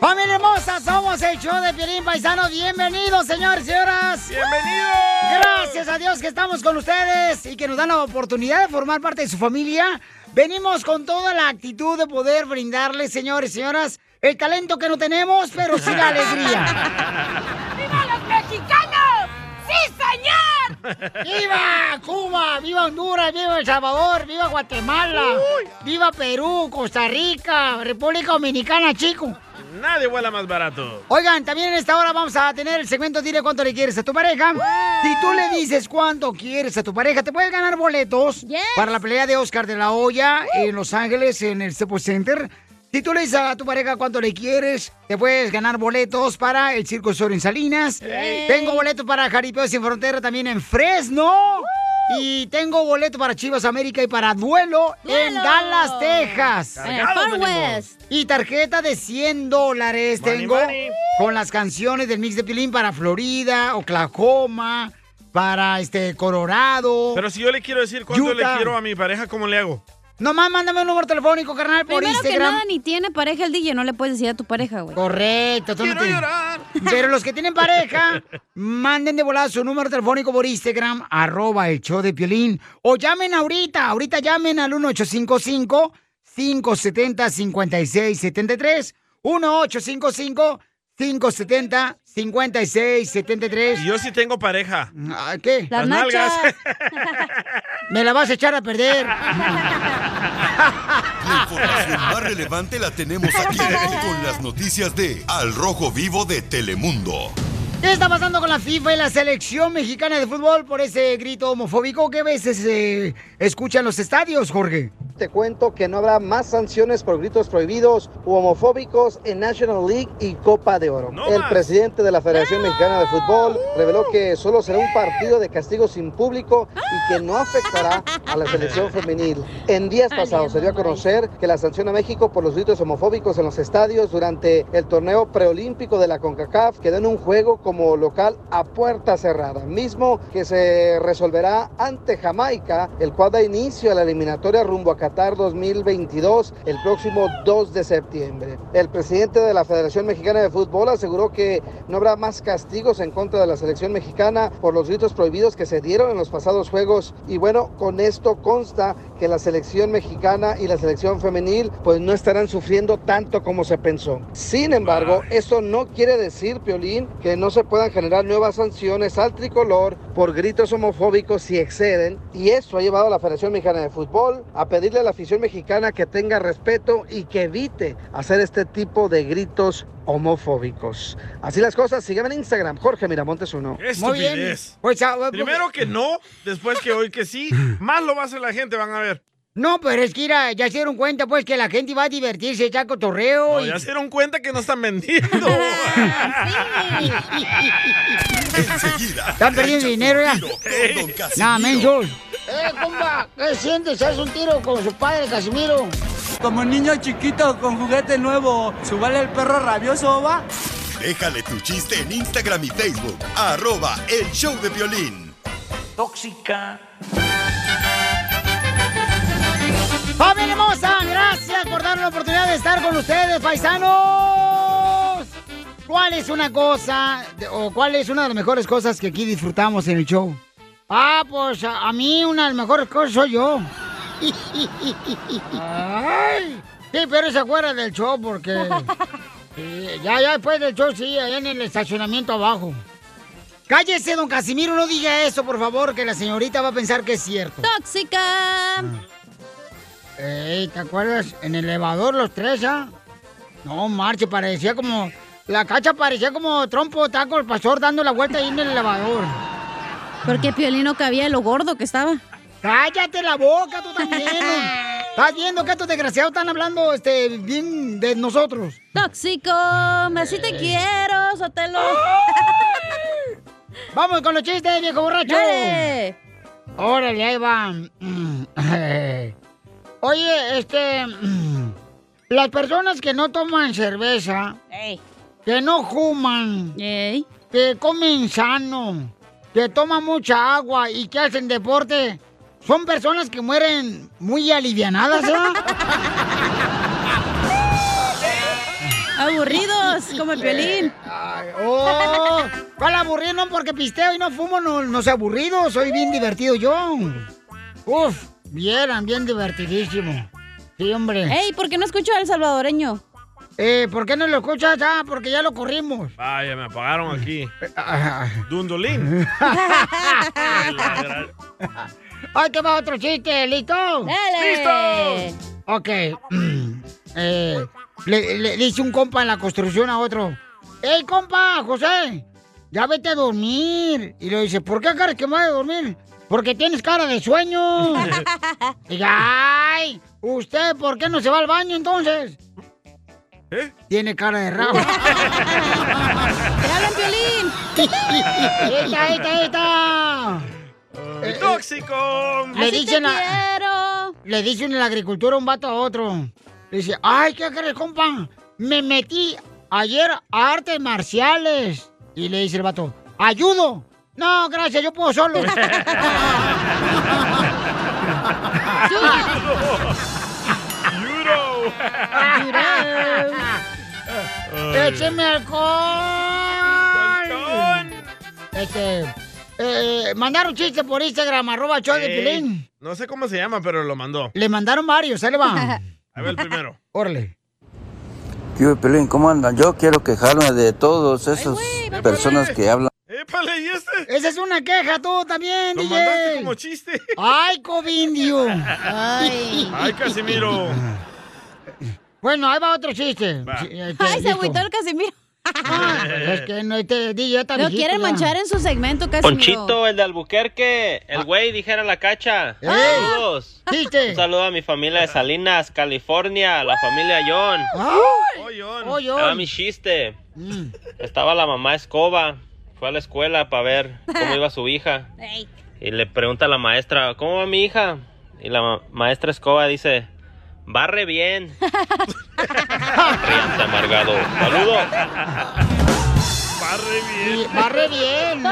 ¡Familia hermosa! Somos el show de Piolín Paisano. Bienvenidos, señores y señoras. ¡Bienvenidos! Gracias a Dios que estamos con ustedes y que nos dan la oportunidad de formar parte de su familia. Venimos con toda la actitud de poder brindarles, señores y señoras, el talento que no tenemos, pero sí la alegría. ¡Viva los mexicanos! ¡Sí, señor! ¡Viva Cuba! ¡Viva Honduras! ¡Viva El Salvador! ¡Viva Guatemala! ¡Viva Perú! ¡Costa Rica! ¡República Dominicana, chico! Nadie vuela más barato. Oigan, también en esta hora vamos a tener el segmento Dile cuánto le quieres a tu pareja. Si tú le dices cuánto quieres a tu pareja, te puedes ganar boletos para la pelea de Oscar de la Hoya en Los Ángeles, en el Cepo Center. Si tú le dices a tu pareja cuánto le quieres, te puedes ganar boletos para el Circo Sur en Salinas. Ey. Tengo boletos para Jaripeo Sin Frontera también en Fresno. Y tengo boleto para Chivas América y para Duelo, en ¡Duelo! Dallas, Texas. En el Far Cargados venimos. West. Y tarjeta de 100 dólares Money, tengo money. con las canciones del mix de Pilín para Florida, Oklahoma, para este Colorado. Pero si yo le quiero decir cuánto Utah. le quiero a mi pareja, ¿cómo le hago? Nomás mándame un número telefónico, carnal, por Primero que Instagram. nada, ni tiene pareja el DJ, no le puedes decir a tu pareja, güey. Correcto. tú no te- Pero los que tienen pareja, manden de volada su número telefónico por Instagram, arroba el show de Piolín. O llamen ahorita, ahorita llamen al 1855 570 5673 1855 570 5673 Yo sí tengo pareja. ¿Qué? Las Las nachas. Me la vas a echar a perder. La información más relevante la tenemos aquí con las noticias de Al Rojo Vivo de Telemundo. ¿Qué está pasando con la FIFA y la selección mexicana de fútbol por ese grito homofóbico que a veces se escucha en los estadios, Jorge? Te cuento que no habrá más sanciones por gritos prohibidos u homofóbicos en National League y Copa de Oro. El presidente de la Federación Mexicana de Fútbol reveló que solo será un partido de castigo sin público y que no afectará a la selección femenil. En días pasados se dio a conocer que la sanción a México por los gritos homofóbicos en los estadios durante el torneo preolímpico de la CONCACAF quedó en un juego como local a puerta cerrada, mismo que se resolverá ante Jamaica, el cual da inicio a la eliminatoria rumbo a Qatar 2022 el próximo 2 de septiembre. El presidente de la Federación Mexicana de Fútbol aseguró que no habrá más castigos en contra de la selección mexicana por los gritos prohibidos que se dieron en los pasados juegos. Y bueno, con esto consta que la selección mexicana y la selección femenil pues no estarán sufriendo tanto como se pensó. Sin embargo, esto no quiere decir, Piolín, que no se puedan generar nuevas sanciones al tricolor por gritos homofóbicos si exceden. Y eso ha llevado a la Federación Mexicana de Fútbol a pedirle a la afición mexicana que tenga respeto y que evite hacer este tipo de gritos homofóbicos. Así las cosas, sígueme en Instagram, Jorge Miramontes uno. Estupidez. Primero que no, después que hoy que sí, más lo va a hacer la gente, van a ver. No, pero es que mira, ya se dieron cuenta pues que la gente va a divertirse, echar cotorreo. No, ya se dieron cuenta que no están vendiendo. Están perdiendo dinero ya. Nada, mensos. ¡Eh, compa! ¿Qué sientes? ¿Haz un tiro con su padre, Casimiro? Como niño chiquito con juguete nuevo, subale el perro rabioso, va. Déjale tu chiste en Instagram y Facebook, arroba el show de violín. Tóxica. ¡Familia hermosa! Gracias por darme la oportunidad de estar con ustedes, paisanos. ¿Cuál es una cosa de- o cuál es una de las mejores cosas que aquí disfrutamos en el show? Ah, pues a, a mí una de las mejores cosas soy yo. Ay, Sí, pero es afuera del show porque... Sí, ya, ya después del show, sí, allá en el estacionamiento abajo. Cállese, don Casimiro, no diga eso, por favor, que la señorita va a pensar que es cierto. ¡Tóxica! Ey, ¿te acuerdas? En el elevador los tres, ¿ah? No, marche, parecía como... La cacha parecía como trompo taco el pastor dando la vuelta ahí en el elevador. Porque Piolín no cabía de lo gordo que estaba. ¡Cállate la boca tú también! ¿Estás viendo que estos desgraciados están hablando este, bien de nosotros? ¡Tóxico! ¡Así te quiero, Sotelo! ¡Vamos con los chistes, viejo borracho! Dale. Órale, ahí va. Mm, Oye, este... mm, Las personas que no toman cerveza, que no fuman, que comen sano, que toman mucha agua y que hacen deporte, son personas que mueren muy alivianadas, ¿eh? Aburridos, como el Piolín. ¡Oh! ¿Cuál aburrido? No, porque pisteo y no fumo, no, no soy aburrido, soy bien divertido yo. Uf, vieran, bien divertidísimo. Sí, hombre. Ey, ¿por qué no escucho al salvadoreño? Eh, ¿por qué no lo escuchas? Ah, porque ya lo corrimos. Vaya, me apagaron aquí. Dundolín. Ahí te va otro chiste, ¿listo? Dale. ¡Listos! Ok. Eh, le, le- le hice un compa en la construcción a otro. ¡Ey, compa, José! Ya vete a dormir. Y le dice, ¿por qué cara que me voy a dormir? Porque tienes cara de sueño. Diga, ¡ay! ¿Usted por qué no se va al baño entonces? ¿Eh? Tiene cara de rabo. ¡Hablan, Piolín! ¡Esta, esta, esta! Eh, ¡Tóxico! Le dicen la... a- Le dice en la agricultura un vato a otro. Le dice, ay, ¿qué crees, compa? Me metí ayer a artes marciales. Y le dice el vato, ayudo. No, gracias, yo puedo solo. ¡Écheme alcohol! Este, eh, mandaron chiste por Instagram, arroba el show de Ey, Pilín. no sé cómo se llama, pero lo mandó. Le mandaron varios, ahí le va. A ver el primero. Órale. ¿Qué hubo, Piolín? ¿Cómo andan? Yo quiero quejarme de todas esas personas que hablan. ¡Épale, y este! Esa es una queja tú también, Lo DJ. mandaste como chiste. ¡Ay, Covindio! Ay. Ay, Casimiro. Bueno, ahí va otro chiste. Sí, este, ¡Ay, se listo. agüitó el Casimiro! Es que no, este DJ está Lo viejito quieren ya. manchar en su segmento, Casimiro. Ponchito, el de Albuquerque, Ah. el güey dijera la cacha. ¡Ey! Saludos. Un saludo a mi familia de Salinas, California, la familia John. Era mi chiste. Mm. Estaba la mamá Escoba, fue a la escuela para ver cómo iba su hija. Y le pregunta a la maestra, ¿cómo va mi hija? Y la ma- maestra Escoba dice, barre bien. Ríanse, amargado. Saludos. Barre Sí, bien. barre bien.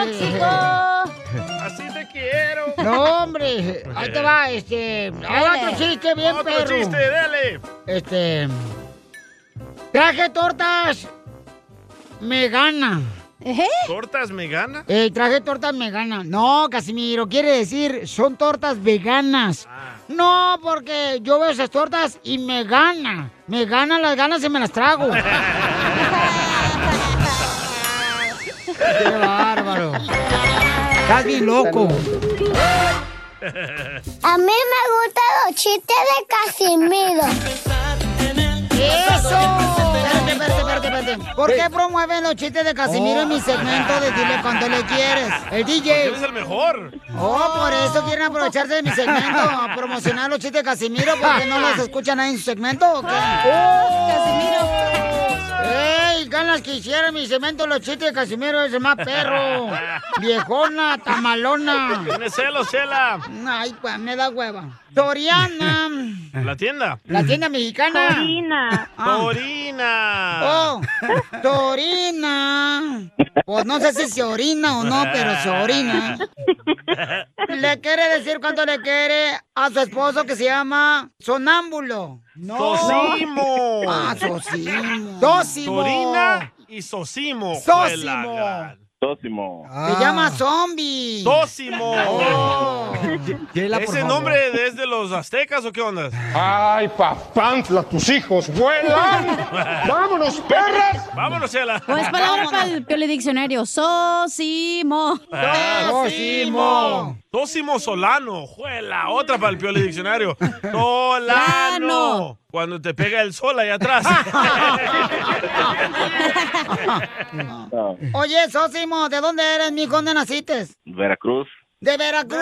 Así te quiero. No, hombre. Ahí te va, este. Ahí va otro chiste bien, Otro perro. chiste, dale. Este. Traje tortas. Me gana. ¿Eh? ¿Tortas me gana? Eh, traje tortas veganas. No, Casimiro, quiere decir, son tortas veganas. Ah. No, porque yo veo esas tortas y me gana. Me ganan las ganas y me las trago. ¡Qué bárbaro! Estás bien loco. A mí me gustan los chistes de Casimiro. ¡Eso! Espérate, espérate, espérate, espérate. ¿Por qué promueven los chistes de Casimiro en mi segmento de Dile cuánto le quieres? El Oh. Porque DJ. eres el mejor. Oh, por eso quieren aprovecharse de mi segmento a promocionar los chistes de Casimiro porque no los escucha nadie en su segmento o qué? Oh, Casimiro! ¡Ey! Ganas que hiciera mi segmento los chistes de Casimiro, ese más perro. Viejona, tamalona. Tiene celos, Chela. Ay, pues, me da hueva. Toriana. La tienda. La tienda mexicana. Torina. Ah. Torina. Oh, Torina. Pues no sé si se orina o no, pero se orina. Le quiere decir cuánto le quiere a su esposo que se llama Sonámbulo. No. Sosimo. Ah, Sosimo. Sosimo. Torina y Sosimo. Sosimo. Juela, gran. Tósimo. Se llama zombie. Tósimo. Chela, por ¿Ese favor. nombre es de los aztecas o qué onda? Ay, papantla, tus hijos vuelan. Ah. Vámonos, perras. Vámonos, Chela. Pues palabra para el piole diccionario. Sosimo. Tósimo. Tósimo Ah. Solano. Juela, otra para el piole diccionario. Solano. Cuando te pega el sol ahí atrás. Ah. Oye, Sosimo, ¿de dónde eres, mijo? ¿Dónde naciste? Veracruz. De Veracruz.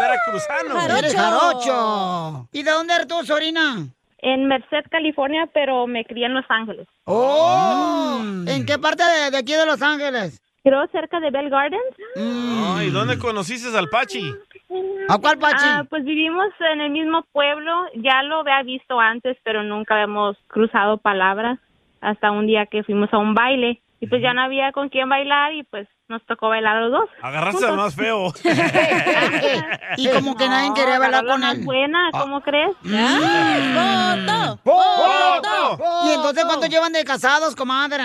Veracruzano. Eres jarocho. ¿Y de dónde eres tú, Sorina? En Merced, California, pero me crié en Los Ángeles. Oh, Mm. ¿en qué parte de, de aquí de Los Ángeles? Mm. Creo cerca de Bell Gardens. Ay, ¿dónde conociste al Pachi? ¿A cuál Pachi? pues vivimos en el mismo pueblo. Ya lo había visto antes, pero nunca habíamos cruzado palabras. Hasta un día que fuimos a un baile. Y pues Mm. ya no había con quién bailar y pues nos tocó bailar los dos. Agarraste al Juntos. más feo. Y como que nadie quería bailar con Ah. Mm. él. buena, ¿cómo crees? ¡Voto! ¡Voto! ¿Y entonces cuánto llevan de casados, comadre?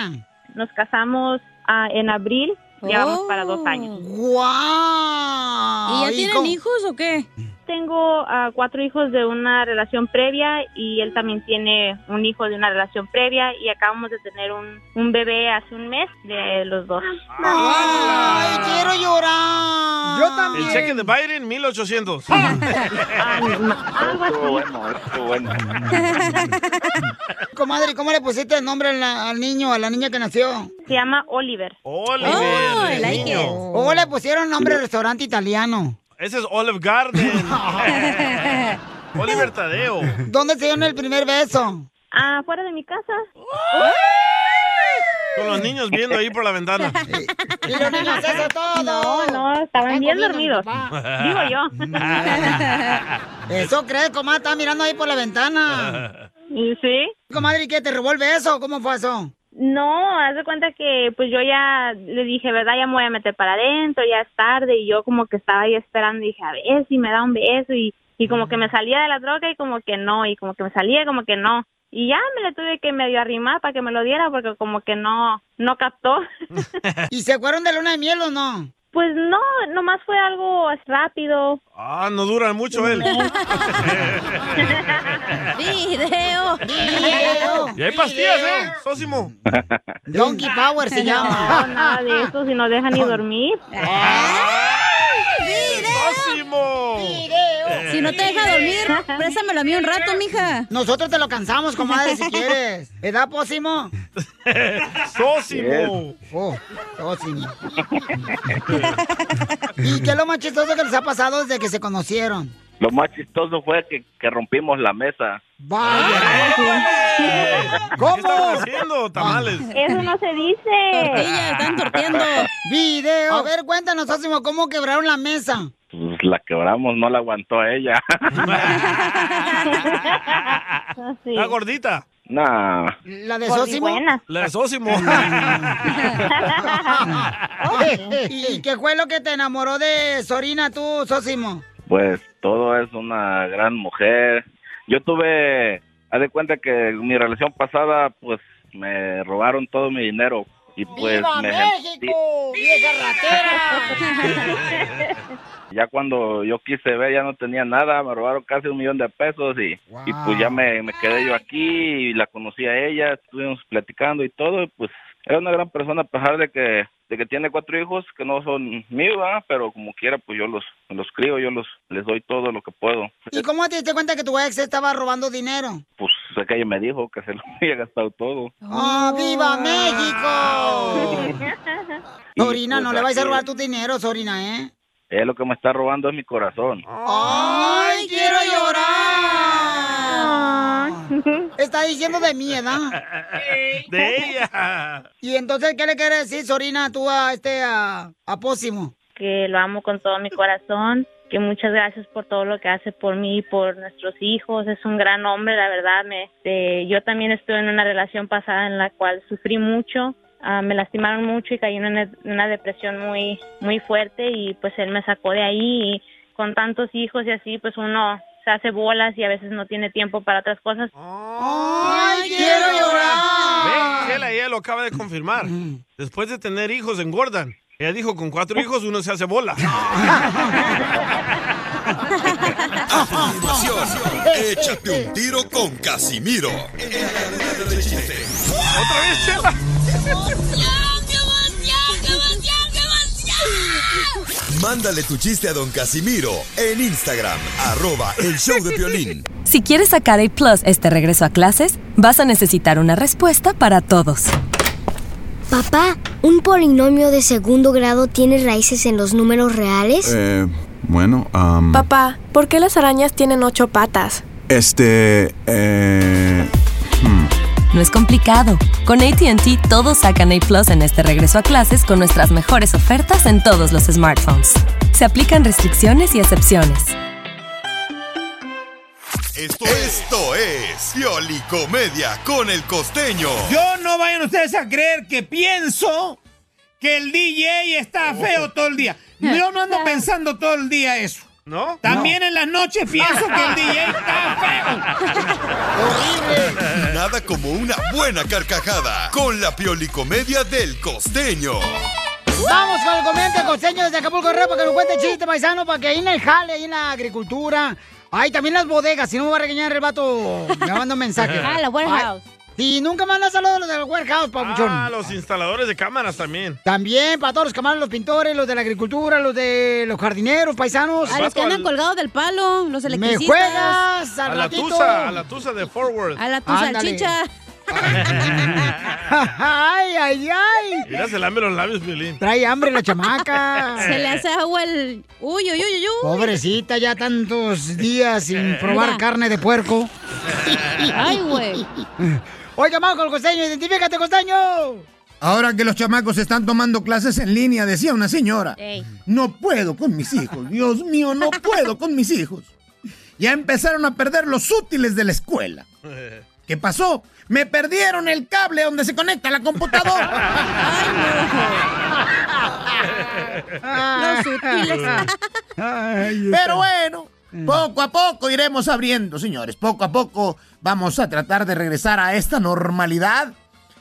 Nos casamos ah, en abril. Llevamos para dos años. Oh. ¡Guau! ¿Y ya tienen hijos o qué? Tengo ah, cuatro hijos de una relación previa y él también tiene un hijo de una relación previa y acabamos de tener un, un bebé hace un mes de los dos. ¡Ay, Ah. quiero llorar! Yo El cheque de Biden, 1800. Estuvo bueno, estuvo pues, bueno. Comadre, ¿cómo le pusiste el nombre al, al niño, a la niña que nació? Se llama Oliver. Oliver. Oh, el like niño. ¿O le pusieron nombre al restaurante italiano? Ese es Olive Garden. Oliver Tadeo. ¿Dónde se dieron el primer beso? Ah, fuera de mi casa. Con los niños viendo ahí por la ventana. Y los niños, eso todo. No, no, estaban bien dormidos. Digo yo. Eso crees, comadre, estaba mirando ahí por la ventana. ¿Sí? Comadre, ¿y qué? ¿Te revuelve eso? ¿Cómo fue eso? No, haz de cuenta que pues yo ya le dije, ¿verdad? Ya me voy a meter para adentro, ya es tarde y yo como que estaba ahí esperando y dije, a ver si me da un beso y, y como que Mm. me salía de la droga y como que no, y como que me salía y como que no. Y ya me le tuve que medio arrimar para que me lo diera porque como que no, no captó. ¿Y se acuerdan de luna de miel o no? Pues no, nomás fue algo rápido. Ah, no dura mucho él. Video. Y hay pastillas, ¿eh? Sósimo. Donkey Power se No, llama. nada de eso, si no deja ni dormir. ¡Sósimo! Si no te deja dormir, préstamelo a mí un rato, mija. Nosotros te lo cansamos, comadre, si quieres. ¿Edad, Pósimo? Sósimo. Oh, Pósimo. ¿Y qué es lo más chistoso que les ha pasado desde que se conocieron? Lo más chistoso fue que, que rompimos la mesa. ¡Vaya! ¿Cómo? Ah, ¿Qué están haciendo, tamales? Eso no se dice. Tortillas, están torteando. Oh. Video. A ver, cuéntanos, Pósimo, ¿cómo quebraron la mesa? Pues la quebramos, no la aguantó ella. Ah, ¿Está gordita? nah. ¿La de Por Sósimo? buena. La de Sósimo. ¿Y qué fue lo que te enamoró de Sorina tú, Sósimo? Pues todo es una gran mujer. Yo tuve, haz de cuenta que mi relación pasada, pues me robaron todo mi dinero y pues ¡Viva me México! ¡Vieja ratera! ya cuando yo quise ver ya no tenía nada, me robaron casi un millón de pesos y, y pues ya me, me quedé yo aquí y la conocí a ella, estuvimos platicando y todo, y pues era una gran persona a pesar de que de que tiene cuatro hijos que no son míos, ¿verdad? pero como quiera pues yo los los crío, yo los les doy todo lo que puedo. ¿Y cómo te diste cuenta que tu ex estaba robando dinero? Pues aquella me dijo que se lo había gastado todo. ¡Ah, viva México! Sorina, pues, no le vais a aquí- robar tu dinero, Sorina, ¿eh? Ella lo que me está robando es mi corazón. Ah, ¡Ay, quiero llorar! Está diciendo de mi edad. De ella. ¿Y entonces qué le quieres decir, Sorina, tú a este, a, a Pósimo? que lo amo con todo mi corazón, que muchas gracias por todo lo que hace por mí y por nuestros hijos. Es un gran hombre, la verdad. Me, este, yo también estuve en una relación pasada en la cual sufrí mucho, ah, me lastimaron mucho y caí en una, en una depresión muy, muy fuerte y pues él me sacó de ahí y con tantos hijos y así pues uno se hace bolas y a Oh, veces no tiene tiempo para otras cosas. ¡Ay, quiero llorar! Chela, ella lo acaba de confirmar. Después de tener hijos, engordan. Ella dijo, con cuatro hijos uno se hace bola. A continuación, échate un tiro con Casimiro. ¿Otra vez, Chela? Mándale tu chiste a don Casimiro en Instagram, arroba el show de violín. Si quieres sacar A Plus este regreso a clases, vas a necesitar una respuesta para todos. Papá, ¿un polinomio de segundo grado tiene raíces en los números reales? Eh, bueno, am, Papá, ¿por qué las arañas tienen ocho patas? Este, eh, hmm. No es complicado. Con ATT todos sacan A Plus en este regreso a clases con nuestras mejores ofertas en todos los smartphones. Se aplican restricciones y excepciones. Esto, Esto es Pioli Comedia con el costeño. Yo no vayan ustedes a creer que pienso que el DJ está feo todo el día. Yo no ando pensando todo el día eso. ¿No? También en las noches pienso que el DJ está Nada como una buena carcajada con la Pioli Comedia del costeño. Vamos con el comediante costeño desde Acapulco Herrera para que nos cuente chiste paisano, para que ahí en el jale, ahí en la agricultura. Ay, también las bodegas, si no me va a regañar el vato, me manda un mensaje. Ah, la warehouse. Y nunca mandas saludos a los del warehouse, papuchón. Ah, los instaladores de cámaras también. También para todos los que aman los pintores, los de la agricultura, los de los jardineros, paisanos. A los que andan colgados del palo, los ¡Me electricistas. juegas al A la ratito! tusa, a la tusa de forward. A la tu salchicha. ¡Ay, ay, ay! Mira, se lambe los labios, Violín. Trae hambre la chamaca. Se le hace agua el... Uy, uy, uy, uy, uy. Pobrecita, ya tantos días sin probar carne de puerco. Ay, güey. Oiga, vamos con el costeño, identifícate, costeño. Ahora que los chamacos están tomando clases en línea, decía una señora, Ey. no puedo con mis hijos, Dios mío, no puedo con mis hijos. Ya empezaron a perder los útiles de la escuela. ¿Qué pasó? Me perdieron el cable donde se conecta la computadora. Los útiles. Ah. Pero bueno, poco a poco iremos abriendo, señores. Poco a poco vamos a tratar de regresar a esta normalidad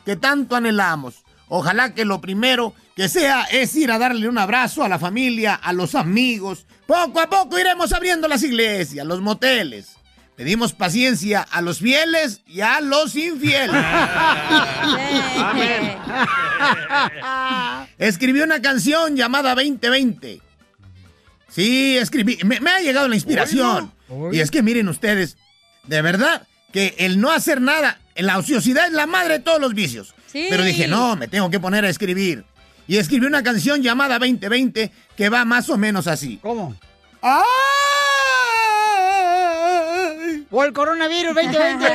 que tanto anhelamos. Ojalá que lo primero que sea es ir a darle un abrazo a la familia, a los amigos. Poco a poco iremos abriendo las iglesias, los moteles. Pedimos paciencia a los fieles y a los infieles. Escribí una canción llamada 2020. Sí, escribí. Me, me ha llegado la inspiración. Y es que miren ustedes, de verdad que el no hacer nada, la ociosidad es la madre de todos los vicios. Sí. Pero dije, no, me tengo que poner a escribir. Y escribí una canción llamada 2020 que va más o menos así. ¿Cómo? O el coronavirus 2020.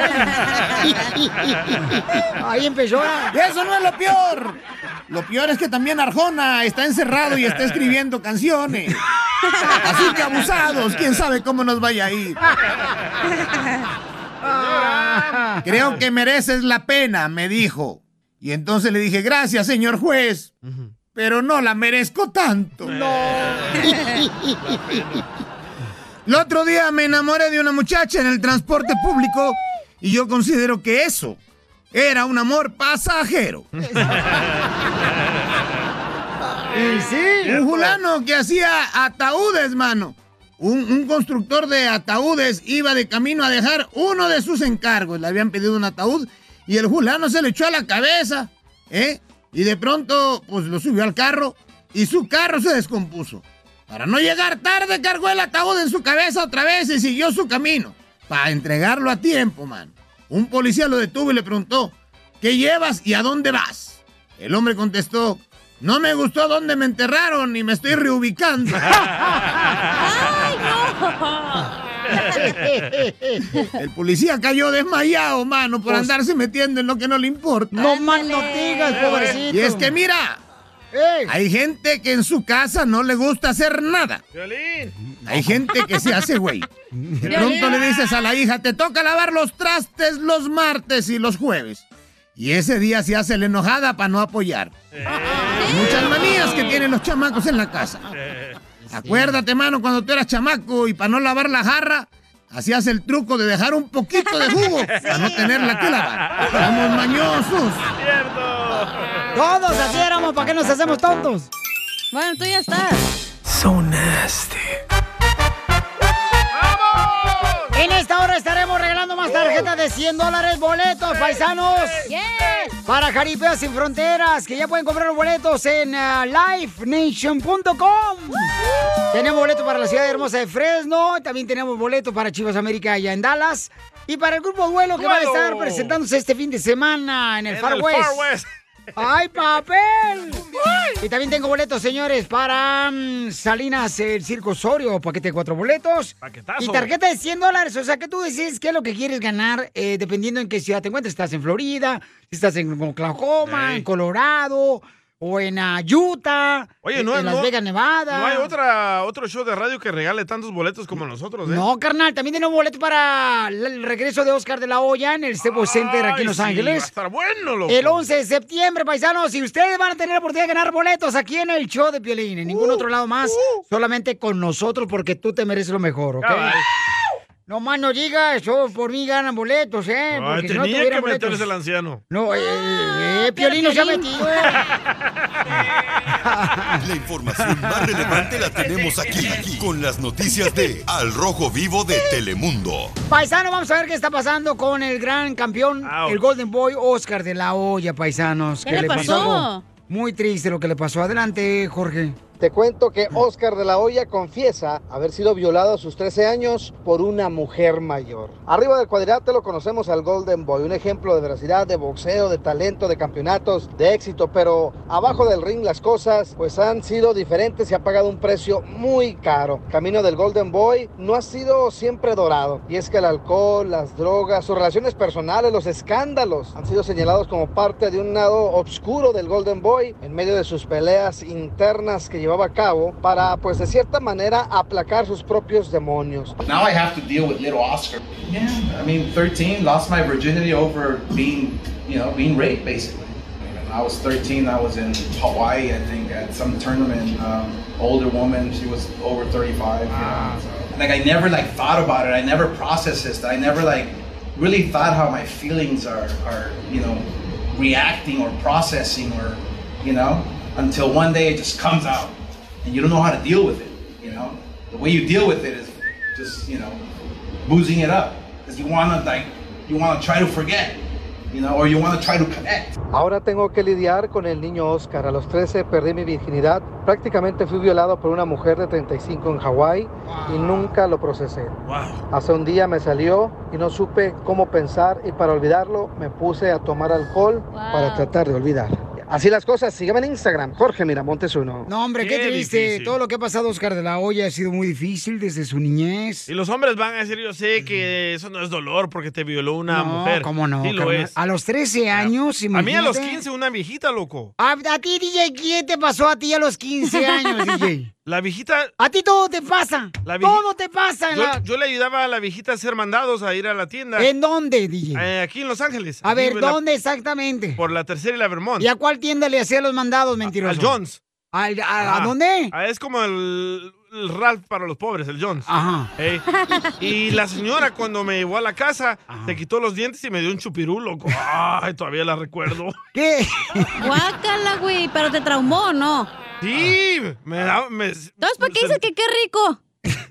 Ahí empezó. Y eso no es lo peor. Lo peor es que también Arjona está encerrado y está escribiendo canciones. Así que abusados, quién sabe cómo nos vaya a ir. Creo que mereces la pena, me dijo. Y entonces le dije, gracias, señor juez, pero no la merezco tanto. El otro día me enamoré de una muchacha en el transporte público y yo considero que eso era un amor pasajero. Un fulano que hacía ataúdes, mano. Un, un constructor de ataúdes iba de camino a dejar uno de sus encargos. Le habían pedido un ataúd y el fulano se le echó a la cabeza. ¿eh? Y de pronto, pues lo subió al carro y su carro se descompuso. Para no llegar tarde, cargó el ataúd en su cabeza otra vez y siguió su camino. Para entregarlo a tiempo, mano. Un policía lo detuvo y le preguntó, ¿qué llevas y a dónde vas? El hombre contestó, no me gustó dónde me enterraron y me estoy reubicando. El policía cayó desmayado, mano, por Pues- andarse metiendo en lo que no le importa. No más no digas, pobrecito. Y es que mira, hay gente que en su casa no le gusta hacer nada. Hay gente que se hace güey. De pronto le dices a la hija, te toca lavar los trastes los martes y los jueves. Y ese día se hace la enojada para no apoyar. Muchas manías que tienen los chamacos en la casa. Acuérdate, mano, cuando tú eras chamaco y para no lavar la jarra, Hacías el truco de dejar un poquito de jugo para no tenerla que lavar. Somos mañosos. Todos así éramos, ¿para qué nos hacemos tontos? Bueno, tú ya estás. So nasty. En esta hora estaremos regalando más tarjetas de 100 dólares, boletos, paisanos. Para Jaripeo Sin Fronteras, que ya pueden comprar los boletos en ah, lifenation.com. Tenemos boletos para la ciudad hermosa de Fresno. También tenemos boletos para Chivas América allá en Dallas. Y para el grupo Duelo, que va a Duelo. estar presentándose este fin de semana en el, En Far, el West. Far West. ¡Ay, papel! Y también tengo boletos, señores, para mm, Salinas, el Circo Osorio, paquete de cuatro boletos. Paquetazo. Y tarjeta de 100 dólares. O sea, que tú decides qué es lo que quieres ganar eh, dependiendo en qué ciudad te encuentres. Estás en Florida, si estás en Oklahoma, en Colorado, o en ah, Utah, Oye, en, no, en Las no- Vegas, Nevada. No hay otra, ¿eh? otro show de radio que regale tantos boletos como nosotros, ¿eh? No, carnal, también tenemos boleto para la- el regreso de Oscar de la Hoya en el Staples pues, Center aquí en Los sí, Ángeles. va a estar bueno, loco. El 11 de septiembre, paisanos, y ustedes van a tener la oportunidad de ganar boletos aquí en el show de Piolín, en Uh, ningún otro lado más, solamente con nosotros porque tú te mereces lo mejor, ¿ok? Cabal. No más no digas, yo por mí ganan boletos, ¿eh? Ay, Porque si no tenía tuvieran que boletos- meterse el anciano. Ah, No, eh, eh, eh, Piolín no se ha metido. La información más relevante la tenemos aquí, aquí, con las noticias de Al Rojo Vivo de Telemundo. Paisano, vamos a ver qué está pasando con el gran campeón, el Golden Boy Oscar de la Hoya, paisanos. ¿Qué que le pasó? algo Muy triste lo que le pasó. Adelante, Jorge. Te cuento que Oscar de la Hoya confiesa haber sido violado a sus 13 años por una mujer mayor. Arriba del cuadrilátero conocemos al Golden Boy, un ejemplo de veracidad, de boxeo, de talento, de campeonatos, de éxito, pero abajo del ring las cosas pues han sido diferentes y ha pagado un precio muy caro. Camino del Golden Boy no ha sido siempre dorado y es que el alcohol, las drogas, sus relaciones personales, los escándalos han sido señalados como parte de un lado oscuro del Golden Boy en medio de sus peleas internas que llevaba a cabo para, pues de cierta manera, aplacar sus propios demonios. Now I have to deal with little Oscar. Yeah, I mean, 13, lost my virginity over being, you know, being raped basically. When I was 13, I was in Hawaii, I think, at some tournament. Um, older woman, she was over 35. You know, so. Like I never like thought about it. I never processed this. I never like really thought how my feelings are, are you know, reacting or processing or, you know, until one day it just comes out and you don't know how to deal with it. You know, the way you deal with it is just you know boozing it up because you want to like you want to try to forget, you know, or you want to try to connect. Ahora tengo que lidiar con el niño Oscar. A los 13 perdí mi virginidad. Prácticamente fui violado por una mujer de 35 en Hawái y nunca lo procesé. Hace un día me salió y no supe cómo pensar y para olvidarlo me puse a tomar alcohol para tratar de olvidar. Así las cosas, sígueme en Instagram, Jorge Miramontes uno. No, hombre, qué, Qué triste. difícil. Todo lo que ha pasado a Oscar de la Hoya ha sido muy difícil desde su niñez. Y los hombres van a decir, yo sé que eso no es dolor porque te violó una no, mujer. cómo no, Sí lo carnal. es. A los 13 años, A mí a los imagínate. 15 una viejita, loco. A, a ti, DJ, ¿qué te pasó a ti a los 15 años, DJ? La viejita... A ti todo te pasa. La vieji- todo te pasa. en Yo, la- yo le ayudaba a la viejita a hacer mandados, a ir a la tienda. ¿En dónde, DJ? Eh, aquí en Los Ángeles. A Aquí ver, en la- ¿dónde exactamente? por la tercera y la Vermont. ¿Y a cuál tienda le hacía los mandados, mentiroso? al Jones. ¿Al- a, a Ajá. dónde? Ah, es como el, el Ralph para los pobres, el Jones. Ajá. Ey. Y la señora cuando me llevó a la casa, se quitó los dientes y me dio un chupirú, loco. Ay, todavía la recuerdo. ¿Qué? Guácala, güey, pero te traumó, ¿no? Sí, me da... Me, Entonces, ¿para qué dices que qué rico?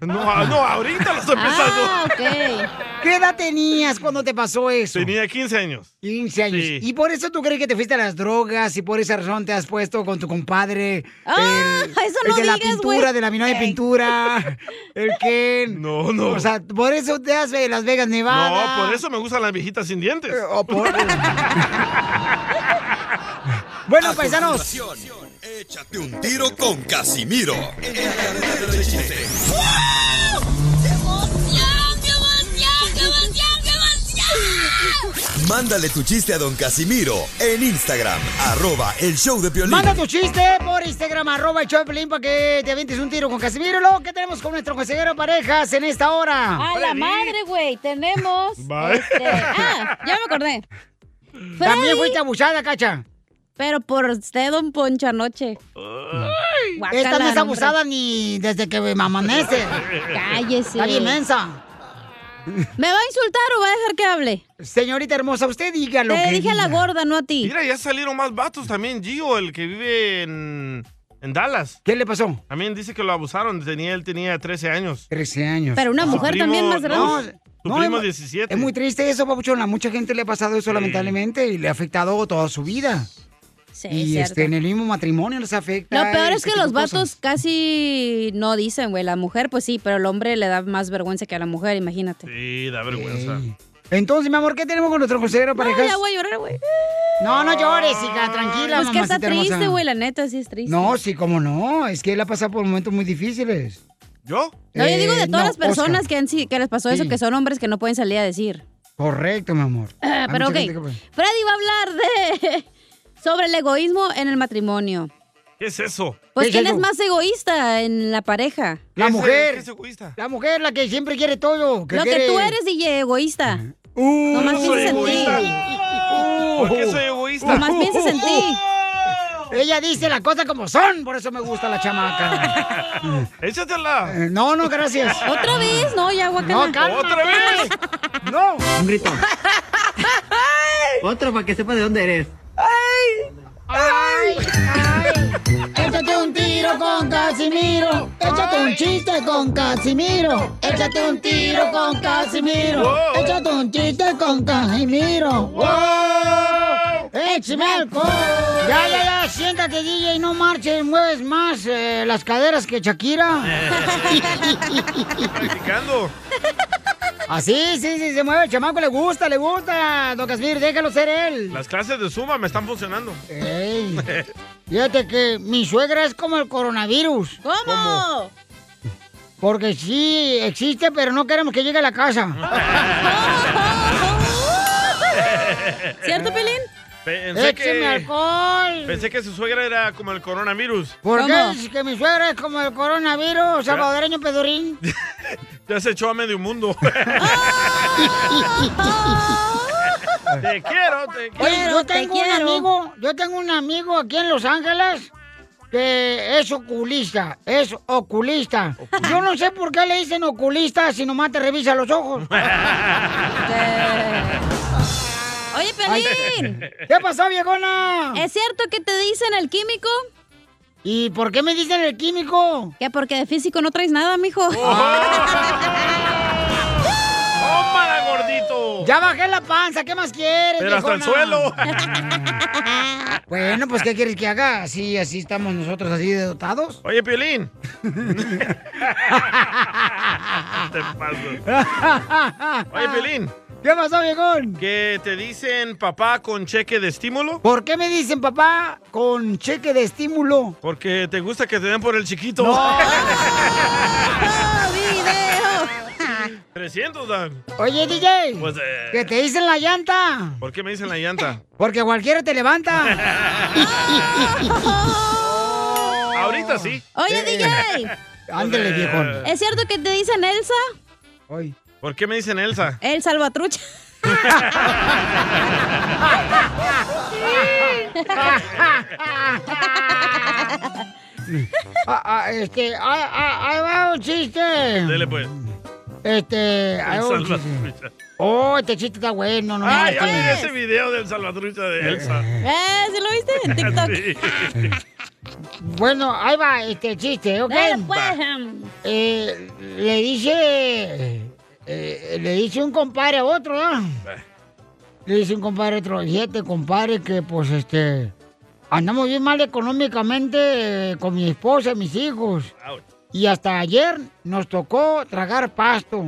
no, ah, no, ahorita lo estoy pensando. Ah, ok. ¿Qué edad tenías cuando te pasó eso? Tenía 15 años. 15 años. Sí. ¿Y por eso tú crees que te fuiste a las drogas y por esa razón te has puesto con tu compadre? Ah, el, eso el no de la digas, pintura, güey. de la mina de pintura, el Ken. No, no. O sea, por eso te has de Las Vegas, Nevada. Oh, No, por eso me gustan las viejitas sin dientes. Bueno, paisanos. Échate un tiro con Casimiro. En la Arena de Chiste. Mándale tu chiste a don Casimiro en Instagram, arroba el show de Piolín. Manda tu chiste por Instagram, arroba el Choplin, para que te avientes un tiro con Casimiro. Luego, ¿qué tenemos con nuestro consejero de parejas en esta hora? A la madre, güey, tenemos. Bye. este, ah, ya me acordé. También fuiste abusada, Cacha. Pero por usted, don Poncho, anoche. Guácala, Esta no es hombre. abusada ni desde que me amanece. Cállese. Está bien mensa. ¿Me va a insultar o va a dejar que hable? Señorita hermosa, usted diga lo Le que dije a la diga. gorda, no a ti. Mira, ya salieron más vatos también, Gio, el que vive en, en Dallas. ¿Qué le pasó? También dice que lo abusaron, tenía, él tenía 13 años. 13 años. Pero una Su mujer primo- también más no, grande. Su primo es- 17. Es muy triste eso, papuchón. A mucha gente le ha pasado eso, lamentablemente, y le ha afectado toda su vida. Sí, es y cierto. este, en el mismo matrimonio les afecta. Lo peor es este que tipo los de cosas. vatos casi no dicen, güey. La mujer, pues sí, pero el hombre le da más vergüenza que a la mujer, imagínate. Sí, da vergüenza. Entonces, mi amor, ¿qué tenemos con nuestro consejero No, parejas? Ah, ya voy a llorar, güey. No, no llores, hija, tranquila, Pues que está mamacita hermosa. triste, güey, la neta, sí es triste. No, sí, cómo no. Es que él ha pasado por momentos muy difíciles. ¿Yo? No, yo Eh, digo de todas no, las personas Oscar. que, han si- que les pasó Sí. eso, que son hombres que no pueden salir a decir. Correcto, mi amor. Ah, Hay pero ok, mucha gente Freddy que- va a hablar de sobre el egoísmo en el matrimonio. ¿Qué es eso? Pues, ¿quién es más egoísta en la pareja? La mujer. ¿Qué es egoísta? La mujer, la que siempre quiere todo. Lo que quiere- tú eres, DJ, egoísta. Nomás soy piensas en ti. ¿Por qué soy egoísta? Nomás piensas en ti. Ella dice las cosas como son, por eso me gusta la chamaca. Échatela. Eh, No, no, gracias. ¿Otra vez? No, ya, guacala. No, calma. ¿Otra vez? No. Un grito. Otro para que sepa de dónde eres. ¡Ay! ¡Ay! ¡Ay! Échate un tiro con Casimiro. Échate un chiste con Casimiro. Échate un tiro con Casimiro. Échate un chiste con Casimiro. ¡Wow! ¡Échame alcohol! Ya, ya, ya. Siéntate, DJ. No marches. Mueves más eh, las caderas que Shakira. Practicando. Así, sí, sí. Se mueve el chamaco. Le gusta, le gusta. Don Casimiro, déjalo ser él. Las clases de Zumba me están funcionando. Eh, Ey. Fíjate que mi suegra es como el coronavirus. ¿Cómo? Porque sí, existe, pero no queremos que llegue a la Ah, casa. ¿Cierto, Pelín? Pensé Écheme que, alcohol. pensé que su suegra era como el coronavirus. ¿Por qué es que mi suegra es como el coronavirus salvadoreño pedurín? Ya se echó a medio mundo. ¡Ah! te quiero, te quiero. Oye, yo tengo un amigo, yo tengo un amigo aquí en Los Ángeles que es oculista, es oculista. Yo no sé por qué le dicen oculista si nomás te revisa los ojos. Oye, Pelín. ¿Qué pasó, viejona? ¿Es cierto que te dicen el químico? ¿Y por qué me dicen el químico? Ah, Que porque de físico no traes nada, mijo. Oh. ¡Tómala, gordito! Ya bajé la panza, ¿qué más quieres? Pero hasta el viejona? suelo. Bueno, pues ¿qué quieres que haga? Así, así estamos nosotros, así de dotados. Oye, Piolín. te paso. Oye, Pelín. ¿Qué pasó, viejón? Que te dicen papá con cheque de estímulo ¿Por qué me dicen papá con cheque de estímulo? porque te gusta que te den por el chiquito. video! 300 dan. Oye, DJ, Pues, eh. que te dicen la llanta, ¿Por qué me dicen la llanta? porque cualquiera te levanta. Oh. Ahorita sí. Oye, Eh. DJ. Ándale, Eh, viejón. ¿Es cierto que te dicen Elsa? ¿Por qué me dicen Elsa? El salvatrucha. Ah, ah, este, ah, ah, ahí va un chiste. Dele, pues. Este, ahí va un chiste. Salvatrucha. Oh, este chiste está bueno, no Ay, ya marches. miré ese video del salvatrucha de Elsa. Eh, ¿sí lo viste en TikTok? Sí. Bueno, ahí va este chiste, ¿ok? Dale, pues. Eh, le dice. eh, le dice un compadre a otro, ¿no? Le dice un compadre a otro. Fíjate, compadre, que pues este. Andamos bien mal económicamente eh, con mi esposa y mis hijos. Y hasta ayer nos tocó tragar pasto.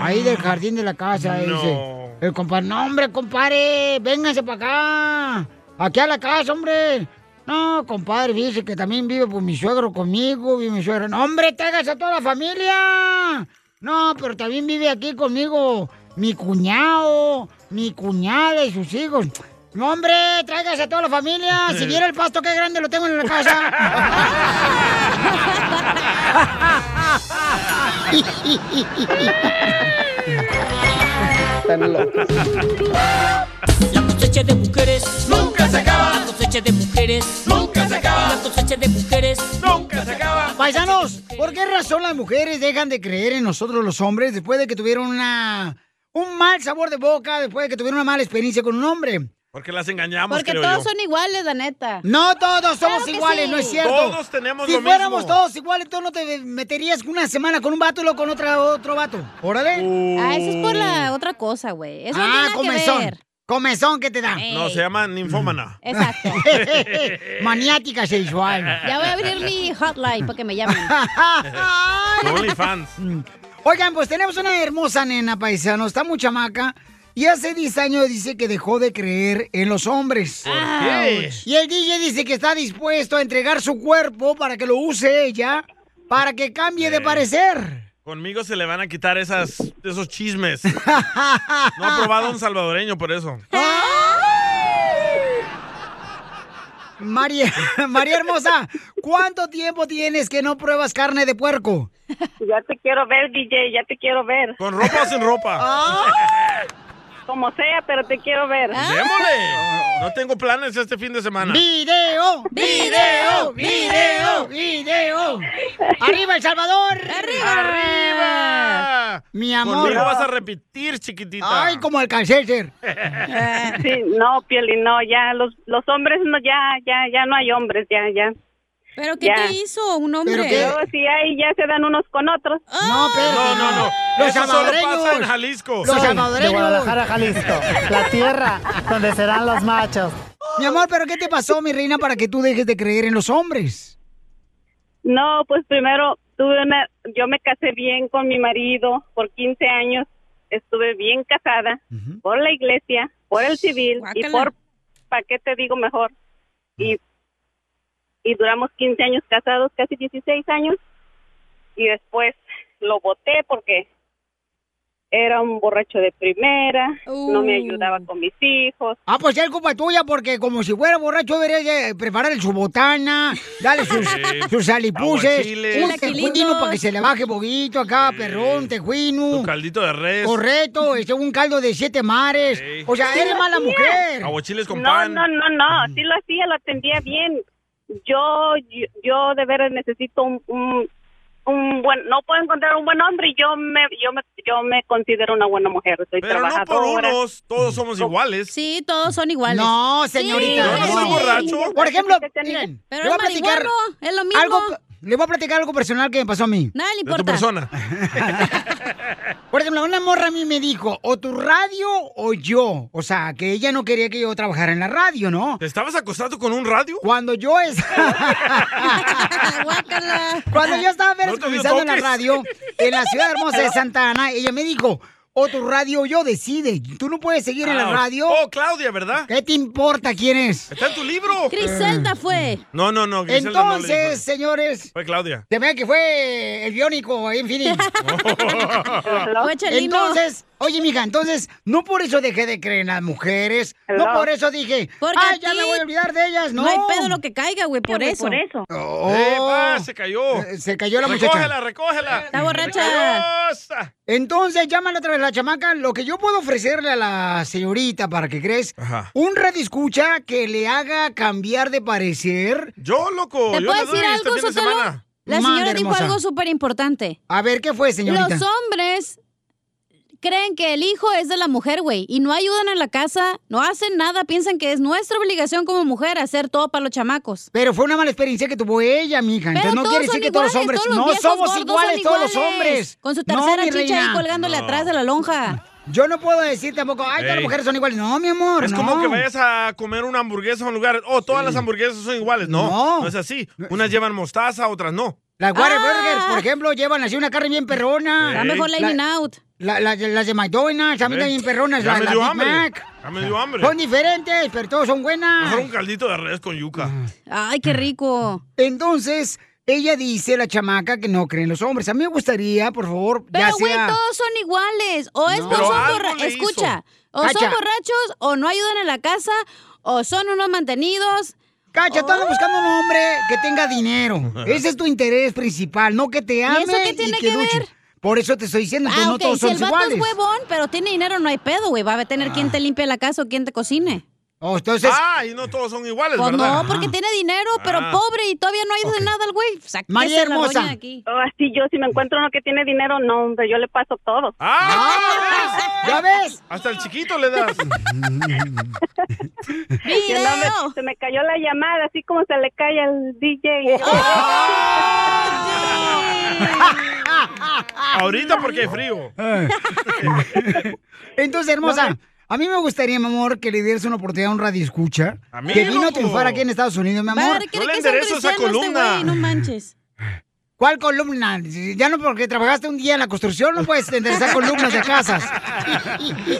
Ahí del jardín de la casa, No. dice. El compadre, no, hombre, compadre, vénganse para acá. Aquí a la casa, hombre. No, compadre, dice que también vive por mi suegro conmigo, vive mi suegro. No, hombre, tráigase a toda la familia. No, pero también vive aquí conmigo mi cuñado, mi cuñada y sus hijos. No, hombre, tráigase a toda la familia. Si viera el pasto, qué grande lo tengo en la casa. La cosecha de mujeres nunca se acaba. La cosecha de mujeres nunca se se acaba. La cosecha de mujeres nunca se acaba. Paisanos, ¿por qué razón las mujeres dejan de creer en nosotros los hombres después de que tuvieron una un mal sabor de boca, después de que tuvieron una mala experiencia con un hombre? Porque las engañamos, Porque creo todos yo. son iguales, la neta. No todos somos Claro que iguales, sí. no es cierto. Todos tenemos si lo fuéramos mismo. todos iguales, tú no te meterías una semana con un vato y luego con otra, otro vato. Órale. Uh. Ah, eso es por la otra cosa, güey. Eso ah, no tiene nada comezón. que ver. Comezón que te da. No, se llama ninfómana. Exacto. Maniática sexual. Eh. Ya voy a abrir mi hotline para que me llamen. OnlyFans. Oigan, pues tenemos una hermosa nena paisano, está muy chamaca. Y hace 10 años dice que dejó de creer en los hombres. qué? Ouch. Y el DJ dice que está dispuesto a entregar su cuerpo para que lo use ella, para que cambie Eh. de parecer. Conmigo se le van a quitar esas, esos chismes. No ha probado un salvadoreño por eso. María, María Hermosa, ¿cuánto tiempo tienes que no pruebas carne de puerco? Ya te quiero ver, DJ, ya te quiero ver. ¿Con ropa o sin ropa? Como sea, pero te quiero ver. Ah. ¡Démosle! No tengo planes este fin de semana. ¡Video! ¡Video! ¡Video! ¡Video! ¡Arriba El Salvador! ¡Arriba! ¡Arriba! Mi amor. Conmigo vas a repetir, chiquitita. Ay, como el cáncer. Sí, no, Pioli, no, ya los, los hombres no, ya, ya, ya no hay hombres, ya, ya. ¿Pero qué te hizo un hombre? Pero sí, ahí ya se dan unos con otros. No, pero No, no, no. Eso solo pasa en Jalisco. Soy De Guadalajara, Jalisco. La tierra donde serán los machos. Mi amor, ¿pero qué te pasó, mi reina, para que tú dejes de creer en los hombres? No, pues primero tuve una, yo me casé bien con mi marido por 15 años, estuve bien casada por la iglesia, por el civil y Guácala. por, ¿para qué te digo mejor? Y, y duramos 15 años casados, casi 16 años, y después lo boté porque era un borracho de primera, no me ayudaba con mis hijos. Uh. Ah, pues ya es culpa tuya, porque como si fuera borracho, debería eh, preparar su botana, darle sus, Sí. sus alipuses, Aguachiles. un Chilaquilitos. tejudino para que se le baje poquito acá, perrón, tejuino. Tu caldito de res. Correcto, este, un caldo de siete mares. O sea, Sí, eres lo mala hacía. mujer. Aguachiles con no, pan. No, no, no, sí lo hacía, lo atendía bien. Yo, yo, yo de veras necesito un, un, un buen, no puedo encontrar un buen hombre y yo me, yo me, yo me considero una buena mujer, soy Pero no trabajadora. por unos, todos somos iguales. Sí, todos son iguales. No, señorita. Yo no soy Sí. borracho. Por ejemplo, miren, Pero le voy a el platicar marihuano es lo mismo. algo, le voy a platicar algo personal que me pasó a mí. Nada le De tu importa. persona. Por ejemplo, una morra a mí me dijo, o tu radio o yo. O sea, que ella no quería que yo trabajara en la radio, ¿no? ¿Te estabas acostado con un radio? Cuando yo es... Cuando yo estaba apenas No te comenzando en la toques. radio, en la ciudad hermosa de Santa Ana, ella me dijo, o tu radio o yo decide. Tú no puedes seguir en la Ah, radio. Oh, Claudia, ¿verdad? ¿Qué te importa quién es? Está en tu libro. Griselda fue. No, no, no. Griselda no le dijo. Entonces, señores, Fue Claudia. se ve que fue el biónico, en fin. Fue Chelino. entonces, oye, mija, entonces, no por eso dejé de creer en las mujeres, no Hello. por eso dije, Porque ay, a ya ti me voy a olvidar de ellas, no. No hay pedo lo que caiga, güey, por güey, eso. por eso. Oh. Eh, va, se cayó. Eh, se cayó la muchacha. recógela, Recógela, Está borracha. Entonces, llámala otra vez la chamaca. Lo que yo puedo ofrecerle a la señorita para que crees, un radio escucha que le haga cambiar de parecer. Yo, este loco. ¿Te puedo decir este algo, Sotelo? La señora dijo algo súper importante. A ver, ¿qué fue, señorita? Los hombres creen que el hijo es de la mujer, güey, y no ayudan en la casa, no hacen nada, piensan que es nuestra obligación como mujer hacer todo para los chamacos. Pero fue una mala experiencia que tuvo ella, mija. Entonces no todos quiere son decir que todos los hombres. iguales, no viejos somos gordos iguales, son todos los iguales, hombres. Con su No, tercera mi chicha reina. ahí colgándole atrás de la lonja. Yo no puedo decir tampoco, ay, todas las Ey. mujeres son iguales. No, mi amor. Es no. como que vayas a comer una hamburguesa a un lugar. Oh, todas las hamburguesas son iguales. No, No. no, es así. Unas llevan mostaza, otras no. Las Ah. Whataburgers, por ejemplo, llevan así una carne bien perrona. Está mejor la In-N Out. las de McDonald's, a mí ¿Ves? también perronas. Ya la- me la dio Big hambre. Mac. Ya me dio hambre. Son diferentes, pero todos son buenas. Mejor un caldito de res con yuca. Ah. Ay, qué rico. Entonces, ella dice, la chamaca, que no creen los hombres. A mí me gustaría, por favor, ya Pero, güey, sea... todos son iguales. O es No. o Pero son algo borra- le hizo. Escucha, o Cacha. son borrachos, o no ayudan en la casa, o son unos mantenidos. Cacha, estamos buscando un hombre que tenga dinero. Ese es tu interés principal, no que te ame eso qué tiene y que, que luche. ver? Por eso te estoy diciendo que Ah, no ok, todos si son el vato iguales. Ah. es huevón, pero tiene dinero, no hay pedo, güey. Va a tener quien te limpie la casa o quien te cocine. Oh, entonces. Ah, y no todos son iguales, Pues ¿verdad? no, porque tiene dinero, pero Ah. pobre y todavía no ha ido de nada el güey. O sea, ¿qué María se la hermosa. doña aquí? Así Oh, yo, si me encuentro uno que tiene dinero, no, hombre, yo le paso todo. ¿Ya Ah, ves? Hasta el chiquito le das. Que no, hombre, se me cayó la llamada, así como se le cae al DJ. Ah. Ahorita porque hay frío. Eh. Entonces, hermosa, a mí me gustaría, mi amor, que le dieras una oportunidad a un radio escucha. A mí, Que vino a loco. triunfar aquí en Estados Unidos, mi amor. Madre, ¿cree que es un cristiano este güey? no manches. ¿Cuál columna? Ya no porque trabajaste un día pues, en la construcción, no puedes enderezar columnas de casas.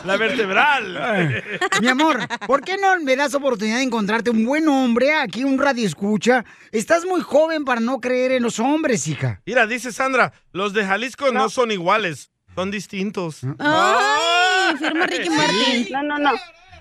La vertebral. Mi amor, ¿por qué no me das oportunidad de encontrarte un buen hombre aquí, un radio escucha? Estás muy joven para no creer en los hombres, hija. Mira, dice Sandra, los de Jalisco no, son iguales, son distintos. Ah. Ah. ¡Ay! Firma Ricky Martín. No, no, no.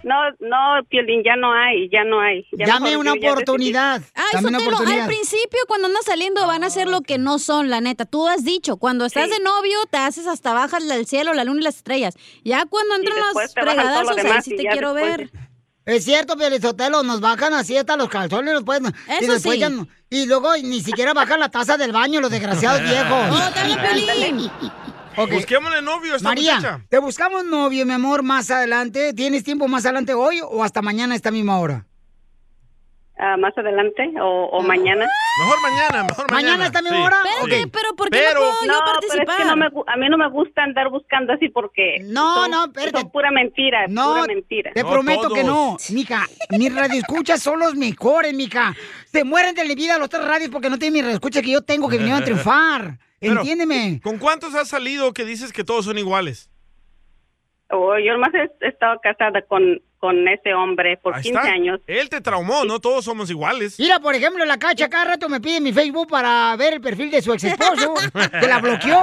No, no, Piolín, ya no hay, ya no hay. Ya mejor yo ya decidí. Ay, Sotelo, al principio cuando andas saliendo van a ser lo que no son, la neta. Tú has dicho, cuando estás de novio te haces hasta bajas el cielo, la luna y las estrellas. Ya cuando entran después los te bajan todo lo fregadazos, ahí demás sí y te ya quiero después ver. Es cierto, Pielizotelo, nos bajan así hasta los calzones, los pueden. y Eso después sí. ya no- y luego ni siquiera bajan la taza del baño, los desgraciados viejos. No, te hablo, Oh, Piolín. Ok. Ah, Busquémosle novio a esta María, muchacha. te buscamos novio, mi amor, más adelante. ¿Tienes tiempo más adelante hoy o hasta mañana a esta misma hora? Ah, más adelante o, Ah. o mañana. Mejor mañana, mejor mañana. ¿Mañana a esta misma hora? Espérate, Ok. pero ¿por qué no Pero- puedo yo Pero es que participar? no me gu- a mí no me gusta andar buscando así porque No, son, no, son pura mentira, No, pura mentira. Te prometo que no, mija. Mis radioescuchas son los mejores, mija. Se mueren de la vida los tres radios porque no tienen mis radioescuchas que yo tengo que vinieron a triunfar. Pero, Entiéndeme. ¿Con cuántos has salido que dices que todos son iguales? Oh, yo más he he estado casada con, con ese hombre por Ahí 15 está. años. Él te traumó, no todos somos iguales. Mira, por ejemplo, la cacha cada rato me pide mi Facebook para ver el perfil de su ex esposo, que la bloqueó.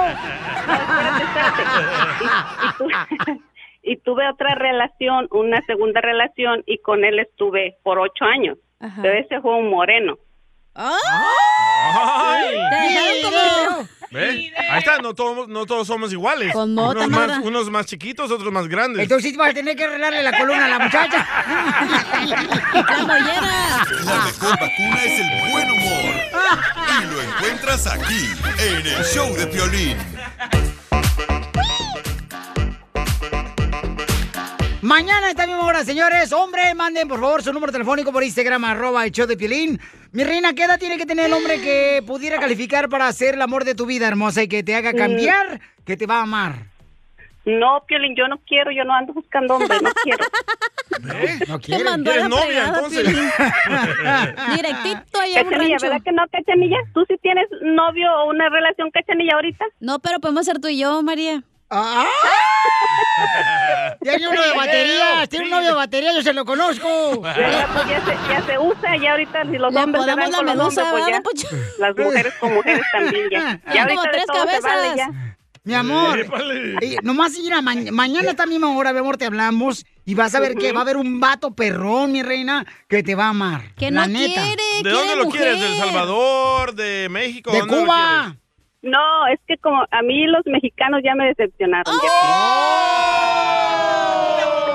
Y tuve otra relación, una segunda relación, y con él estuve por ocho años. Pero ese fue un moreno. ¡Ay! Te dejaron como- ¿Ve? ¿eh? Ahí está, no todos, no todos somos iguales. Con nota, unos, nada. más, unos más chiquitos, otros más grandes. Entonces sí vas a tener que arreglarle la columna a la muchacha. ¡La La mejor vacuna es el buen humor. Y lo encuentras aquí, en el show de Piolín. Mañana a esta misma hora, señores. Hombre, manden por favor su número telefónico por Instagram, arroba el show de Piolín. Mi reina, ¿qué edad tiene que tener el hombre que pudiera calificar para ser el amor de tu vida, hermosa, y que te haga cambiar, que te va a amar? No, Piolín, yo no quiero, yo no ando buscando hombre, no quiero. No quiere. mandó a la ¿Quieres novia, fregada, entonces? Piolín. Directito ahí a un Cachanilla, rancho. ¿verdad que no, Cachanilla? ¿Tú sí tienes novio o una relación, Cachanilla, ahorita? No, pero podemos ser tú y yo, María. ¡Ah! Ya hay uno de baterías, tiene un novio de batería, yo se lo conozco. Ya, pues, ya se, ya se usa, ya ahorita si los Le hombres se podemos van la con los hombres, medusa, pues ya, ¿verdad, las mujeres con mujeres también ya. Son Ya como ahorita tres de todo se vale cabezas. ya. Mi amor, Épale. eh, nomás ir a ma- mañana a esta misma hora, mi amor, te hablamos y vas a ver que va a haber un vato perrón, mi reina, que te va a amar. Que la no neta. ¿De dónde lo quieres? ¿De El Salvador? ¿De México? ¿Dónde lo quieres? No, es que como a mí los mexicanos ya me decepcionaron. ya. Oh.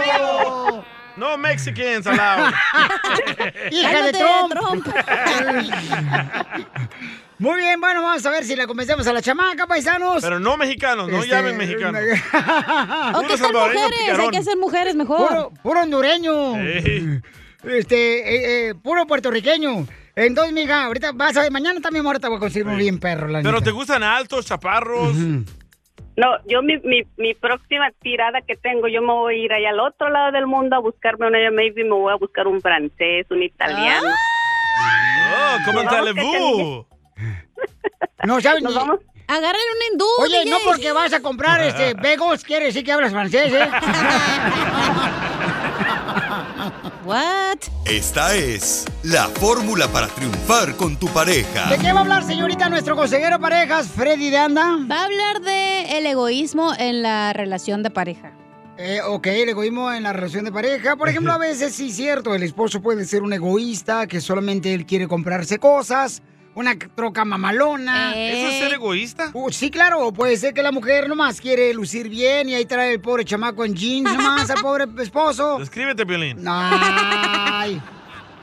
No Mexicans allowed. ¡Hija de Trump! Muy bien, bueno, vamos a ver si la convencemos a la chamaca, paisanos. Pero no mexicanos, no Este, llamen mexicanos. ¿O qué ser salvadoreño mujeres? Hay picarón. que ser mujeres mejor. Puro, puro hondureño. Sí. Este, eh, eh, puro puertorriqueño. Entonces, mija, ahorita vas a ver, mañana también ahorita voy a conseguir un bien perro, la Pero neta. te gustan altos, chaparros. No, yo mi, mi, mi próxima tirada que tengo, yo me voy a ir allá al otro lado del mundo a buscarme una, yo maybe me voy a buscar un francés, un italiano. Oh, como en Nos vamos, Talebú. No sabes ni... Agárrale un hindú, Oye, DJ. no porque vas a comprar este Begos, quiere decir que hablas francés, ¿eh? What? Esta es la fórmula para triunfar con tu pareja. ¿De qué va a hablar, señorita, nuestro consejero parejas, Freddy de Anda? Va a hablar de el egoísmo en la relación de pareja. Eh, ok, el egoísmo en la relación de pareja. Por ejemplo, a veces sí, cierto, el esposo puede ser un egoísta que solamente él quiere comprarse cosas. una troca mamalona. ¿Eso es ser egoísta? Uh, sí, claro, puede ser que la mujer nomás quiere lucir bien y ahí trae el pobre chamaco en jeans nomás al pobre esposo. Descríbete, Piolín. Ay.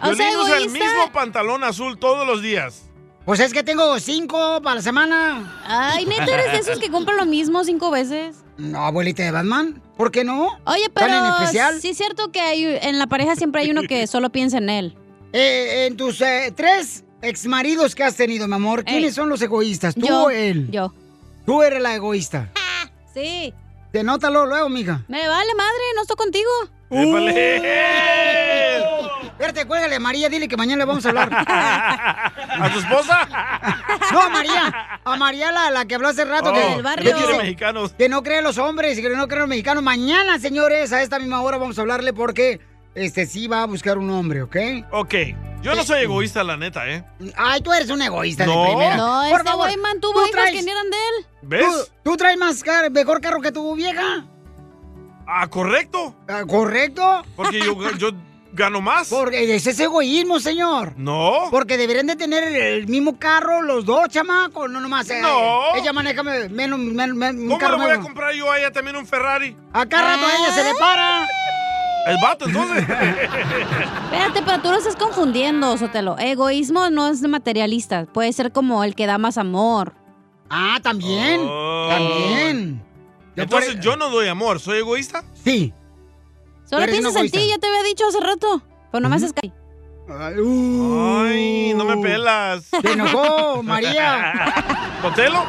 Piolín usa el mismo pantalón azul todos los días. Pues es que tengo cinco para la semana. Ay, neta, eres de esos que compran lo mismo cinco veces. No, abuelita de Batman. ¿Por qué no? Oye, ¿Tan pero en especial? sí es cierto que hay, en la pareja siempre hay uno que solo piensa en él. Eh, en tus eh, tres exmaridos que has tenido, mi amor, ¿quiénes Ey. son los egoístas? ¿Tú Yo, o él? Yo. Tú eres la egoísta. Sí. Te nota luego, luego, mija. Me vale madre, no estoy contigo. ¡Épale! Espérate, cuélgale a María, dile que mañana le vamos a hablar. ¿A tu esposa? No, a María. A María, la, la que habló hace rato. Oh, que, Del barrio. que quiere dice mexicanos. Que no creen los hombres y que no creen los mexicanos. Mañana, señores, a esta misma hora vamos a hablarle porque este sí va a buscar un hombre, ¿ok? Ok, yo no soy egoísta, la neta, ¿eh? Ay, tú eres un egoísta No. de primera. No, Por este favor, güey mantuvo tú hijas traes- que ni eran de él. ¿Ves? ¿Tú, tú traes más car- mejor carro que tu vieja? Ah, correcto. ¿Correcto? Porque yo, yo gano más. Porque ese es egoísmo, señor. No. Porque deberían de tener el mismo carro los dos, chamacos, no nomás. eh, No. ella maneja me- menos, menos, menos un ¿Cómo le carro voy a nuevo. comprar yo a ella también un Ferrari? Acá rato a ella se le para. El vato, entonces. Espérate, pero tú lo estás confundiendo, Sotelo. Egoísmo no es materialista. Puede ser como el que da más amor. Ah, también. También. Oh. e- entonces yo no doy amor, ¿soy egoísta? Sí. Solo Eres un piensas en egoísta. ti, ya te había dicho hace rato. Pero no me haces caer. Ay, no me pelas. Te enojó, María. ¿Totelo?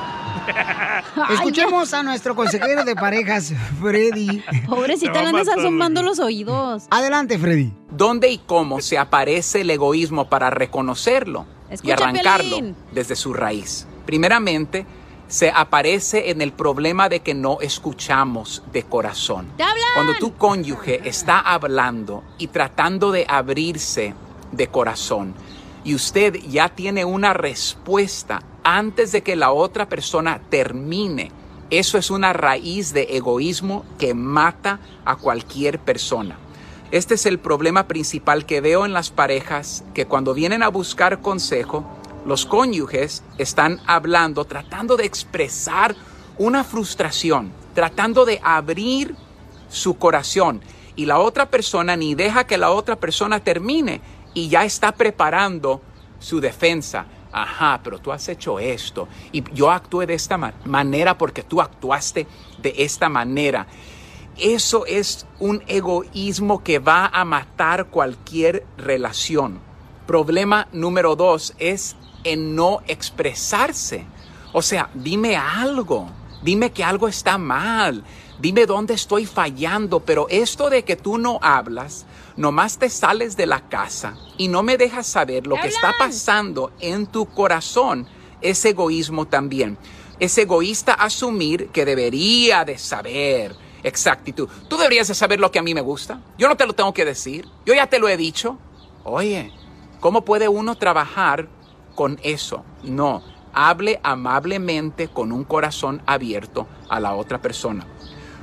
Escuchemos a nuestro consejero de parejas, Freddy. Pobrecita, le andas zumbando los oídos. Adelante, Freddy. ¿Dónde y cómo se aparece el egoísmo para reconocerlo Escucha, y arrancarlo Piolín. desde su raíz? Primeramente, se aparece en el problema de que no escuchamos de corazón. ¡Te hablan! Cuando tu cónyuge está hablando y tratando de abrirse de corazón y usted ya tiene una respuesta antes de que la otra persona termine, eso es una raíz de egoísmo que mata a cualquier persona. Este es el problema principal que veo en las parejas que cuando vienen a buscar consejo, los cónyuges están hablando, tratando de expresar una frustración, tratando de abrir su corazón y la otra persona ni deja que la otra persona termine y ya está preparando su defensa. Ajá, pero tú has hecho esto y yo actué de esta ma- manera porque tú actuaste de esta manera. Eso es un egoísmo que va a matar cualquier relación. Problema número dos es en no expresarse. O sea, dime algo, dime que algo está mal, dime dónde estoy fallando, pero esto de que tú no hablas, nomás te sales de la casa y no me dejas saber lo que está pasando en tu corazón, es egoísmo también. Es egoísta asumir que debería de saber exactitud. Tú deberías de saber lo que a mí me gusta. Yo no te lo tengo que decir. Yo ya te lo he dicho. Oye, ¿cómo puede uno trabajar con eso? No, hable amablemente con un corazón abierto a la otra persona.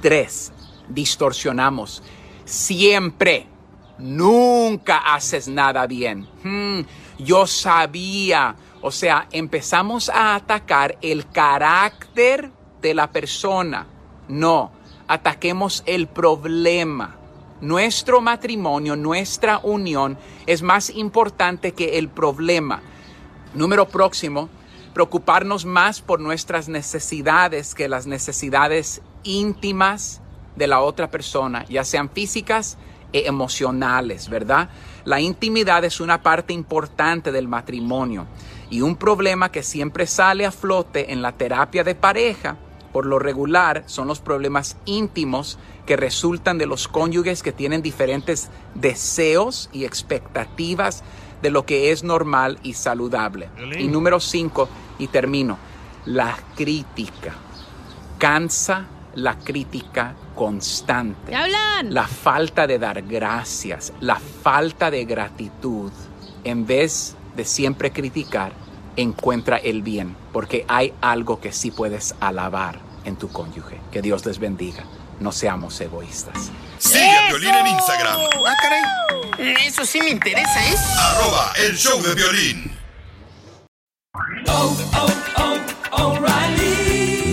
Tres, distorsionamos. Siempre, nunca haces nada bien. Hmm, yo sabía. O sea, empezamos a atacar el carácter de la persona. No, ataquemos el problema. Nuestro matrimonio, nuestra unión es más importante que el problema. Número próximo, preocuparnos más por nuestras necesidades que las necesidades íntimas de la otra persona, ya sean físicas e emocionales, ¿verdad? La intimidad es una parte importante del matrimonio y un problema que siempre sale a flote en la terapia de pareja, por lo regular, son los problemas íntimos que resultan de los cónyuges que tienen diferentes deseos y expectativas de lo que es normal y saludable. Y número cinco, y termino, la crítica. Cansa la crítica constante. ¡Te hablan! La falta de dar gracias, la falta de gratitud, en vez de siempre criticar, encuentra el bien, porque hay algo que sí puedes alabar en tu cónyuge. Que Dios les bendiga. No seamos egoístas. Sigue a Piolín en Instagram. Ah, caray. Eso sí me interesa, ¿eh? Arroba el show de violín.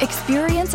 Experience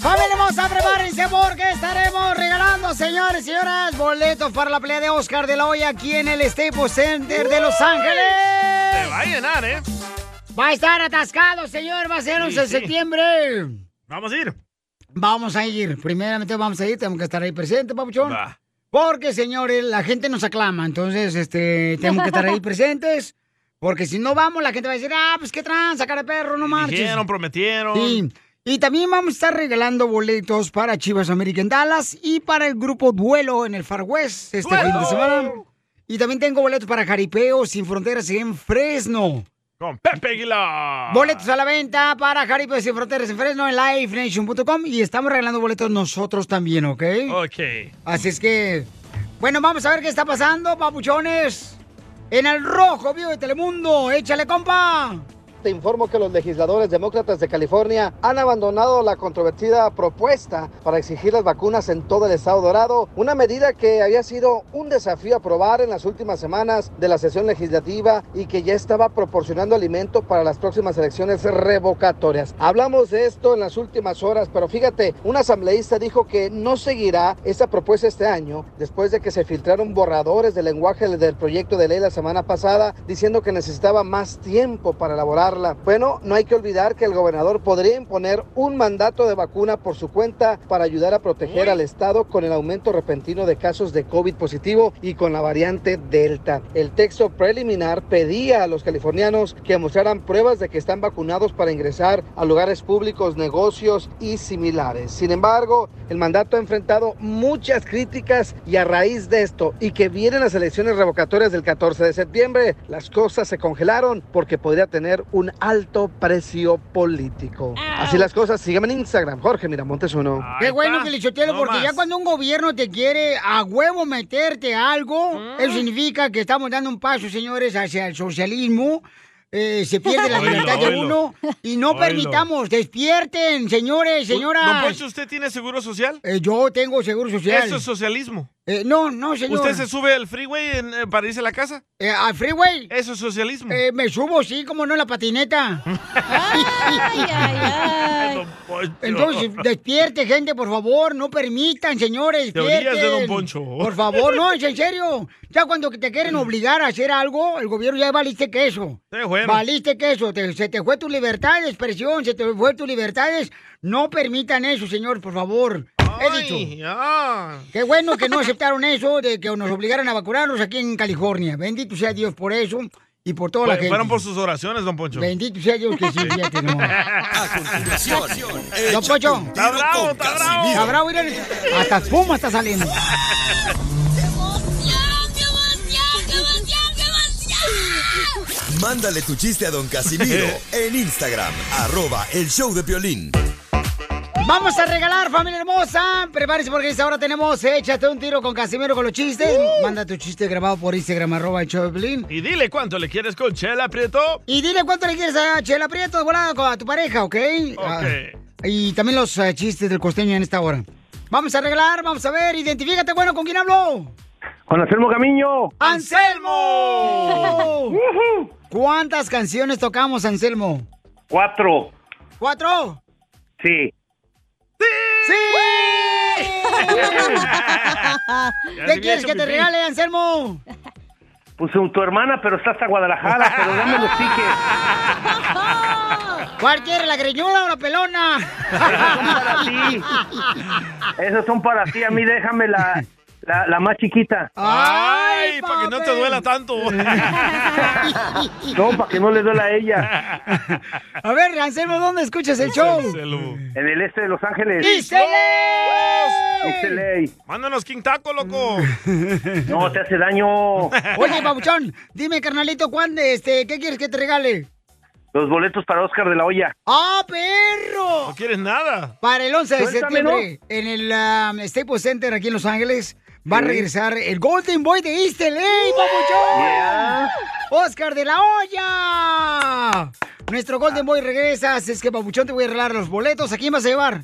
¡Familia hermosa, prepárense porque estaremos regalando, señores y señoras, boletos para la pelea de Oscar de la Hoya aquí en el Staples Center de Los Ángeles. Se va a llenar, ¿eh? Va a estar atascado, señor. Va a ser 11 de sí. septiembre. Vamos a ir. Vamos a ir. Primeramente vamos a ir. Tenemos que estar ahí presente, papuchón. Porque, señores, la gente nos aclama. Entonces, este, tenemos que estar ahí presentes. Porque si no vamos, la gente va a decir, ah, pues qué tranza, cara de perro, no marches. Dijeron, prometieron. Sí. Y también vamos a estar regalando boletos para Chivas América en Dallas y para el grupo Duelo en el Far West este ¡Duelo! fin de semana. Y también tengo boletos para Jaripeo Sin Fronteras en Fresno. Con Pepe Aguilar. Boletos a la venta para Jaripeo Sin Fronteras en Fresno en livenation.com y estamos regalando boletos nosotros también, ¿ok? Ok. Así es que, bueno, vamos a ver qué está pasando, papuchones. En el rojo, vivo de Telemundo, échale compa. Te informo que los legisladores demócratas de California han abandonado la controvertida propuesta para exigir las vacunas en todo el estado de dorado, una medida que había sido un desafío a aprobar en las últimas semanas de la sesión legislativa y que ya estaba proporcionando alimento para las próximas elecciones revocatorias. Hablamos de esto en las últimas horas, pero fíjate, un asambleísta dijo que no seguirá esta propuesta este año después de que se filtraron borradores del lenguaje del proyecto de ley la semana pasada diciendo que necesitaba más tiempo para elaborarla. Bueno, no hay que olvidar que el gobernador podría imponer un mandato de vacuna por su cuenta para ayudar a proteger al Estado con el aumento repentino de casos de COVID positivo y con la variante Delta. El texto preliminar pedía a los californianos que mostraran pruebas de que están vacunados para ingresar a lugares públicos, negocios y similares. Sin embargo, el mandato ha enfrentado muchas críticas y a raíz de esto y que vienen las elecciones revocatorias del 14 de septiembre, las cosas se congelaron porque podría tener un alto precio político. Así las cosas, sígueme en Instagram, Jorge Miramontes uno. Qué bueno, Pelichotelo, porque ya cuando un gobierno te quiere a huevo meterte a algo, eso significa que estamos dando un paso, señores, hacia el socialismo. Eh, se pierde la Oílo, libertad de oílo. uno y no Oílo. permitamos, despierten, señores, Don señoras. Poncho, ¿usted tiene seguro social? Eh, yo tengo seguro social. Eso es socialismo. Eh, no, no, señor. ¿Usted se sube al freeway en- eh, para irse a la casa? Eh, ¿Al freeway? Eso es socialismo. Eh, me subo, sí, como no, en la patineta. Entonces, despierte, gente, por favor, no permitan, señores. Teorías de despierten. Don Poncho. Mm. Por favor, no, es en serio. Ya cuando te quieren obligar a hacer algo, el gobierno ya valiste queso. Te fueron. Valiste queso, te- se te fue tu libertad de expresión, se te fue tu libertades. No permitan eso, señor, por favor. He dicho. Qué bueno que no aceptaron eso, de que nos obligaran a vacunarnos aquí en California. Bendito sea Dios por eso. y por toda la Fue- gente. Fueron por sus oraciones, don Poncho. Bendito sea Dios que sí, fíjate nomás. Don Échate Pocho. un tiro Está bravo, con está bravo. Casimiro. Está bravo, mira, Hasta espuma está saliendo. Mándale tu chiste a don Casimiro en Instagram, arroba el show de violín. Vamos a regalar, familia hermosa. Prepárense porque ahora tenemos Échate un tiro con Casimiro con los chistes. Manda tu chiste grabado por Instagram, arroba el show de Piolín. Uh. Y dile cuánto le quieres con Chela Prieto. Y dile cuánto le quieres a Chela Prieto de volada con- a tu pareja, ¿ok? Ah, y también los eh, chistes del costeño en esta hora. Vamos a arreglar, vamos a ver, identifícate, bueno, ¿con quién habló? Con Anselmo Camiño. ¡Anselmo! ¿Cuántas canciones tocamos, Anselmo? Cuatro. ¿Cuatro? Sí. ¡Sí! Ya ¿Qué se quieres hizo que te pipí. regale, Anselmo? Puse un Pues, tu hermana, pero está hasta Guadalajara, pero dame los tickets. ¿Cuál quieres, la greñuda o la pelona? Esos son para ti, a mí déjame la, la, la más chiquita. Ay, para que no te duela tanto. No, para que no le duela a ella. A ver, Anselmo, ¿dónde escuchas el show? En el este de Los Ángeles. ¡Dísele! Mándanos King Taco, loco. No, te hace daño. Oye, babuchón, dime, carnalito, ¿cuándo, este, ¿qué quieres que te regale? Los boletos para Oscar de la Hoya. ¡Ah, perro! No quieres nada. Para el 11 de Suéltame, septiembre, en el um, Staples Center aquí en Los Ángeles, va a Sí. regresar el Golden Boy de East LA, papuchón. Yeah. ¡Oscar de la Hoya! Nuestro Golden Boy regresa, así es que, papuchón, te voy a regalar los boletos. ¿A quién vas a llevar?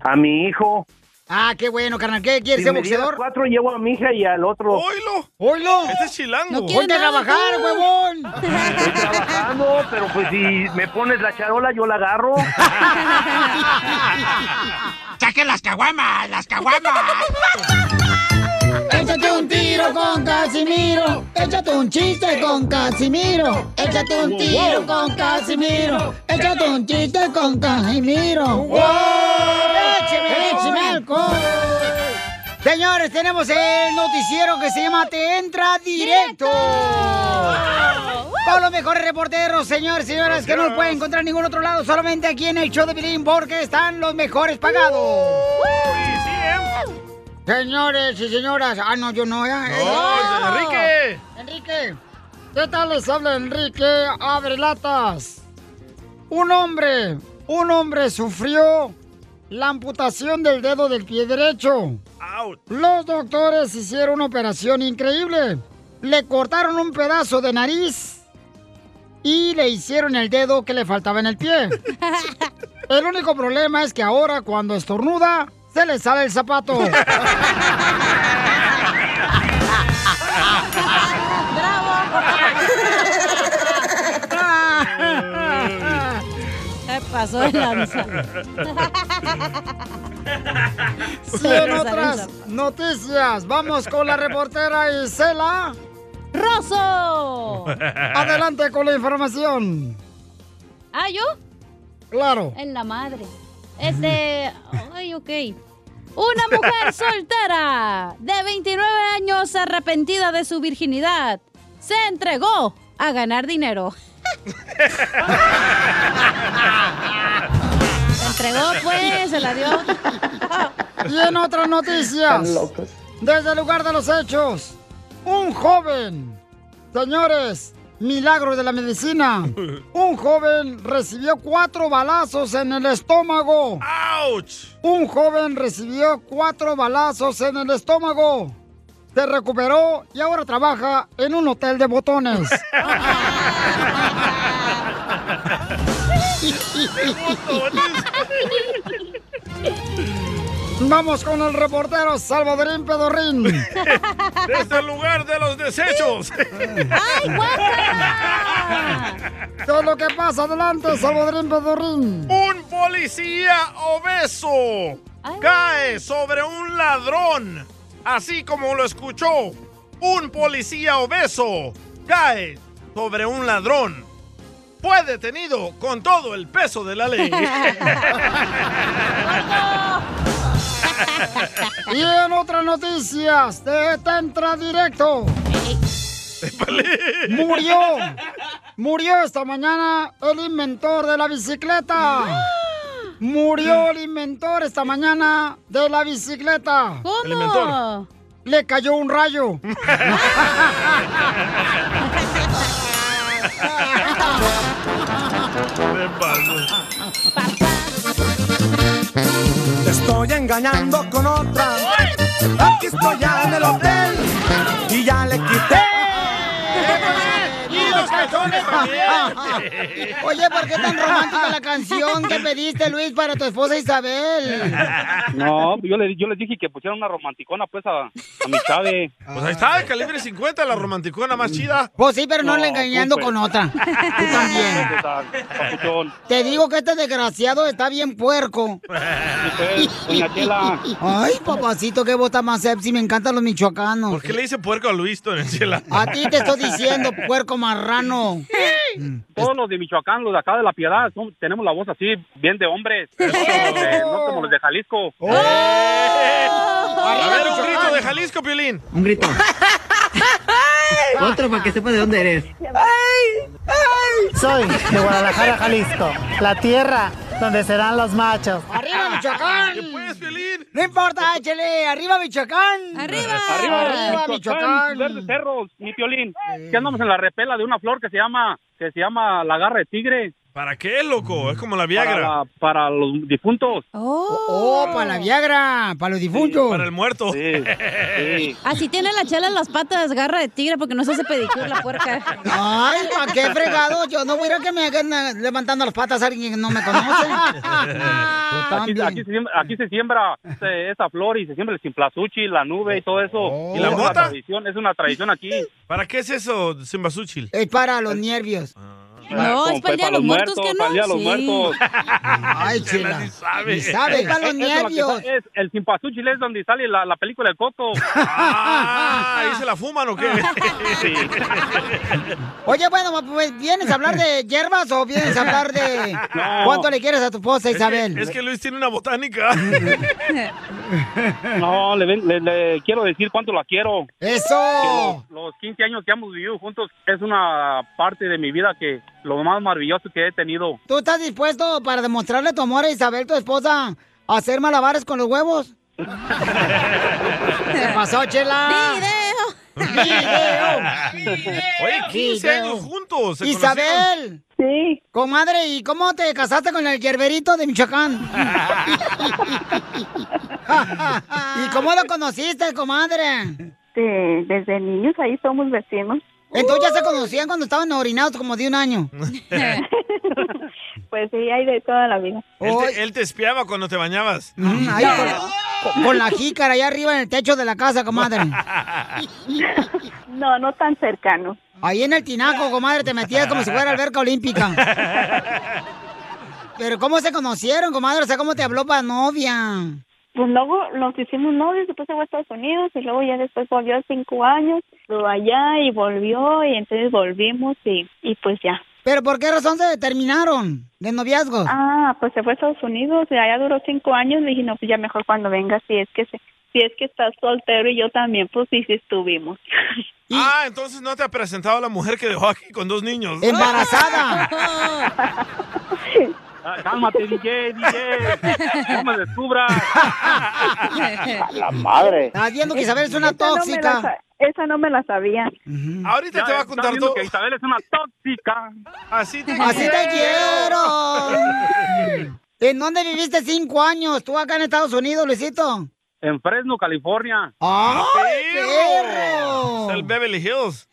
A mi hijo. Ah, qué bueno, carnal. ¿Qué quieres, Si ser me dieras boxeador? cuatro, llevo a mi hija y al otro. ¡Oilo! ¡Oilo! Este es chilango. ¡No quiere nada, trabajar, huevón! Estoy trabajando, pero pues si me pones la charola, yo la agarro. ¡Saquen las caguamas! ¡Las caguamas! Échate un tiro con Casimiro. Échate un chiste con Casimiro. Échate un tiro con Casimiro. Échate un chiste con Casimiro. ¡Wow! ¡Échame, échame alcohol! Señores, tenemos el noticiero que se llama Te Entra Directo. Con los mejores reporteros, señores, señoras, que no los pueden encontrar en ningún otro lado, solamente aquí en el show de Pilín, porque están los mejores pagados. Señores y señoras, ah, no, yo no, ya. No, ¡Eh! Enrique. Enrique, ¿qué tal les habla Enrique Abrelatas? Un hombre, un hombre sufrió la amputación del dedo del pie derecho. Los doctores hicieron una operación increíble. Le cortaron un pedazo de nariz y le hicieron el dedo que le faltaba en el pie. El único problema es que ahora cuando estornuda, se le sale el zapato. Ah. ¿Qué pasó de lanza? Y en otras noticias, vamos con la reportera Isela Rosso. Adelante con la información. ¿Ah, yo? Claro. En la madre. Este. Ay, ok. Una mujer soltera de 29 años arrepentida de su virginidad se entregó a ganar dinero. se entregó, pues, se la dio. Y en otras noticias, Están locos. desde el lugar de los hechos, un joven, señores, milagro de la medicina, un joven recibió cuatro balazos en el estómago. Un joven recibió cuatro balazos en el estómago. Se recuperó y ahora trabaja en un hotel de botones. Vamos con el reportero Salvadorín Pedorrín. Desde el lugar de los desechos. ¡Ay, Todo lo que pasa adelante, Salvadorín Pedorrín. Un policía obeso cae sobre un ladrón. Así como lo escuchó, un policía obeso cae sobre un ladrón. Fue detenido con todo el peso de la ley. Y en otras noticias de Tentra Directo. ¡Murió! ¡Murió esta mañana el inventor de la bicicleta! ¡Murió el inventor esta mañana de la bicicleta! ¿Cómo? ¿El inventor? Le cayó un rayo. Te estoy engañando con otra. Aquí estoy ya en el hotel y ya le quité. ¡Y los calzones también! Oye, ¿por qué tan romántica la canción que pediste, Luis, para tu esposa Isabel? No, pues yo le, yo les dije que pusieran una romanticona pues a, a mi chave. Pues ahí está, el calibre 50, la romanticona más chida. Pues sí, pero no, le engañando con otra. Tú también. pues, Papuchón. Te digo que este desgraciado está bien puerco. Sí, pues, doña Chela. Ay, papacito, qué bota más sepsi, me encantan los michoacanos. ¿Por qué le dice puerco a Luis, Tonchela? A ti te estoy diciendo, puerco marrano. Mm. Todos los de Michoacán, los de acá de La Piedad, son- tenemos la voz así, bien de hombres. Eh, no como los de Jalisco. A ver, un grito de Jalisco, Piolín. Un grito. Otro para que sepa de dónde eres. Soy de Guadalajara, Jalisco, la tierra donde serán los machos. ¡Arriba, Michoacán! ¡No importa, échale! ¡Arriba, Michoacán! ¡Arriba! ¡Arriba, Michoacán! Verdes cerros, mi Piolín. Que andamos en la repela de una flor que se llama, que se llama la garra de tigre. ¿Para qué, loco? Es como la Viagra. Para, la- para los difuntos. ¡Oh, para la Viagra! ¡Para los difuntos! Para el muerto. Así Ah, tiene la chela en las patas, garra de tigre, porque no se hace pedicure la puerca. Ay, ¿para qué fregado? Yo no voy a ir a que me hagan eh, levantando las patas a alguien que no me conoce. Ah, Aquí, aquí se siembra, aquí se siembra este- esa flor y se siembra el simplazuchi, la nube y todo eso. Oh. ¿Y la es una mota? tradición, es una tradición aquí. ¿Para qué es eso, Simbasúchil? Es para los nervios. Como fue para el día de los muertos. Ay, chela. Ni sabe. Ni sabe, es para los nervios. el simpasuchil es donde sale la, la película El Coco. Ah, ¿ahí se la fuman o qué? Sí. Oye, bueno, pues, ¿vienes a hablar de hierbas o vienes a hablar de No. cuánto le quieres a tu esposa, Isabel? Es que Luis tiene una botánica. No, le, ven- le- le quiero decir cuánto la quiero. ¡Eso! Que Los, los 15 años que hemos vivido juntos es una parte de mi vida que lo más maravilloso que he tenido. ¿Tú estás dispuesto para demostrarle tu amor a Isabel, tu esposa, a hacer malabares con los huevos? ¿Qué pasó, Chela? Oye, 15 Video. años juntos. ¿se Isabel. Sí. Comadre, ¿y cómo te casaste con el yerberito de Michoacán? ¿Y cómo lo conociste, comadre? Este, desde niños ahí somos vecinos. Entonces ya se conocían cuando estaban orinados como de un año. Pues sí, hay de toda la vida. Él te, él te espiaba cuando te bañabas. Mm, Ahí con, con la jícara allá arriba en el techo de la casa, comadre. No, no tan cercano. Ahí en el tinaco, comadre, te metías como si fuera alberca olímpica. Pero ¿cómo se conocieron, comadre? O sea, ¿cómo te habló para novia? Pues luego nos hicimos novios, después se fue a Estados Unidos y luego ya después volvió a cinco años, luego allá y volvió y entonces volvimos y, y pues ya. ¿Pero por qué razón se terminaron de noviazgo? Ah, pues se fue a Estados Unidos y allá duró cinco años. Le dije, no, pues ya mejor cuando venga si es que se, si es que estás soltero y yo también, pues sí, sí estuvimos. Ah, entonces no te ha presentado la mujer que dejó aquí con dos niños. Ah, Cálmate, DJ, DJ. No me descubras. la madre. Estás viendo que Isabel es una Esa no me la tóxica. sa- esa no me la sabía. Ahorita te va a contar todo. que Isabel es una tóxica. Así te Así te quiero. quiero. ¿En dónde viviste cinco años? ¿Tú acá en Estados Unidos, Luisito? En Fresno, California. ¡Ah, perro! Es el Beverly Hills.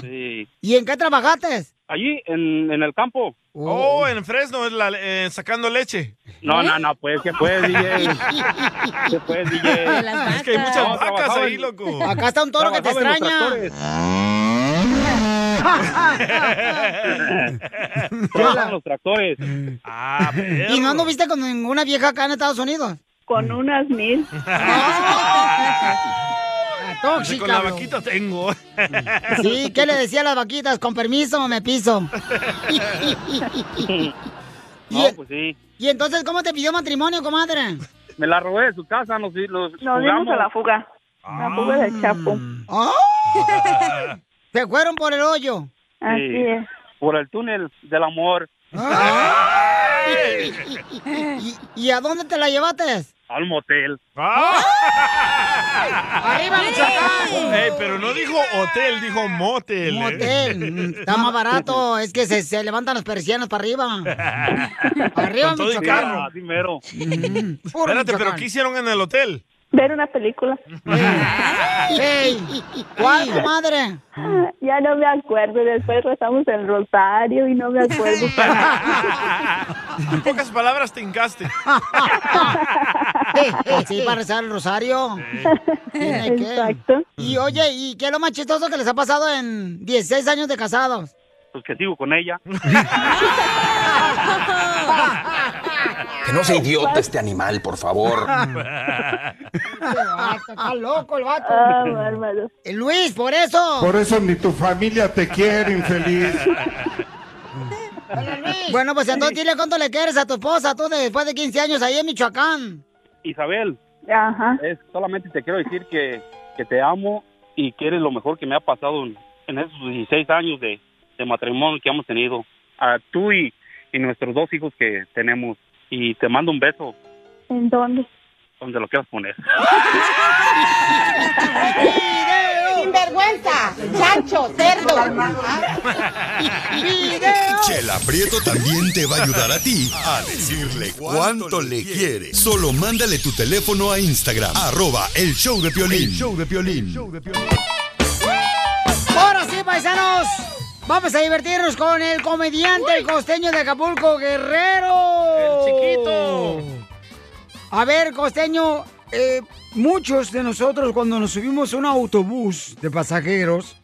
Sí. ¿Y en qué trabajaste? Allí, en, en el campo. Oh, en Fresno, es la- eh, sacando leche. ¿Eh? No, no, no, pues, que pues, DJ. Que pues, DJ. Es que hay muchas No, vacas trabajaba ahí, en- loco. Acá está un toro que te trabajaba en los extraña. Trabajan los tractores. Ah, pues. ¿Y no anduviste con ninguna vieja acá en Estados Unidos? Mm. Con unas Ni mil. tóxica. con la bro. vaquita tengo. Sí, ¿qué le decía a las vaquitas? Con permiso, me piso. No, pues sí. ¿Y entonces cómo te pidió matrimonio, comadre? Me la robé de su casa, nos, nos Nos dimos a la fuga. La fuga del Chapo. Se fueron ¡Oh, por el hoyo. Así Sí. es. Por el túnel del amor. ¿Y, y a dónde te la llevaste? Al motel. ¡Arriba, Michoacán! Ey, pero no dijo hotel, dijo motel. ¿eh? Motel, mm, está más barato, es que se, se levantan las persianas para arriba. Arriba, Con todo y Michoacán. carro. Así mero. Puro Mm. Espérate, pero Michoacán. ¿qué hicieron en el hotel? Ver una película. ¡Ey! ¿Cuál, comadre? Ah, Ya no me acuerdo, después rezamos el rosario y no me acuerdo. En pocas palabras te hincaste. Pues Sí, para rezar el rosario. Tiene que. Exacto. Y oye, ¿y qué es lo más chistoso que les ha pasado en 16 años de casados? Pues que sigo con ella. Ah, Que no sea idiota este animal, por favor. Está loco el vato. Ah, bárbaro. Luis, por eso. Por eso ni tu familia te quiere, infeliz. Bueno, pues entonces dile cuánto le quieres a tu esposa, tú de- después de 15 años ahí en Michoacán. Isabel, Ajá. es, solamente te quiero decir que, que te amo y que eres lo mejor que me ha pasado en, en esos 16 años de, de matrimonio que hemos tenido. A tú y, y nuestros dos hijos que tenemos. Y te mando un beso ¿En dónde? donde lo quieras poner. ¡Sinvergüenza! ¡Chancho, cerdo! Chela Prieto también te va a ayudar a ti a decirle cuánto le quiere. Solo mándale tu teléfono a Instagram, arroba el show de Piolín. show de Ahora sí, paisanos. Vamos a divertirnos con el comediante el costeño de Acapulco, Guerrero. El chiquito. A ver, costeño, eh, muchos de nosotros cuando nos subimos a un autobús de pasajeros,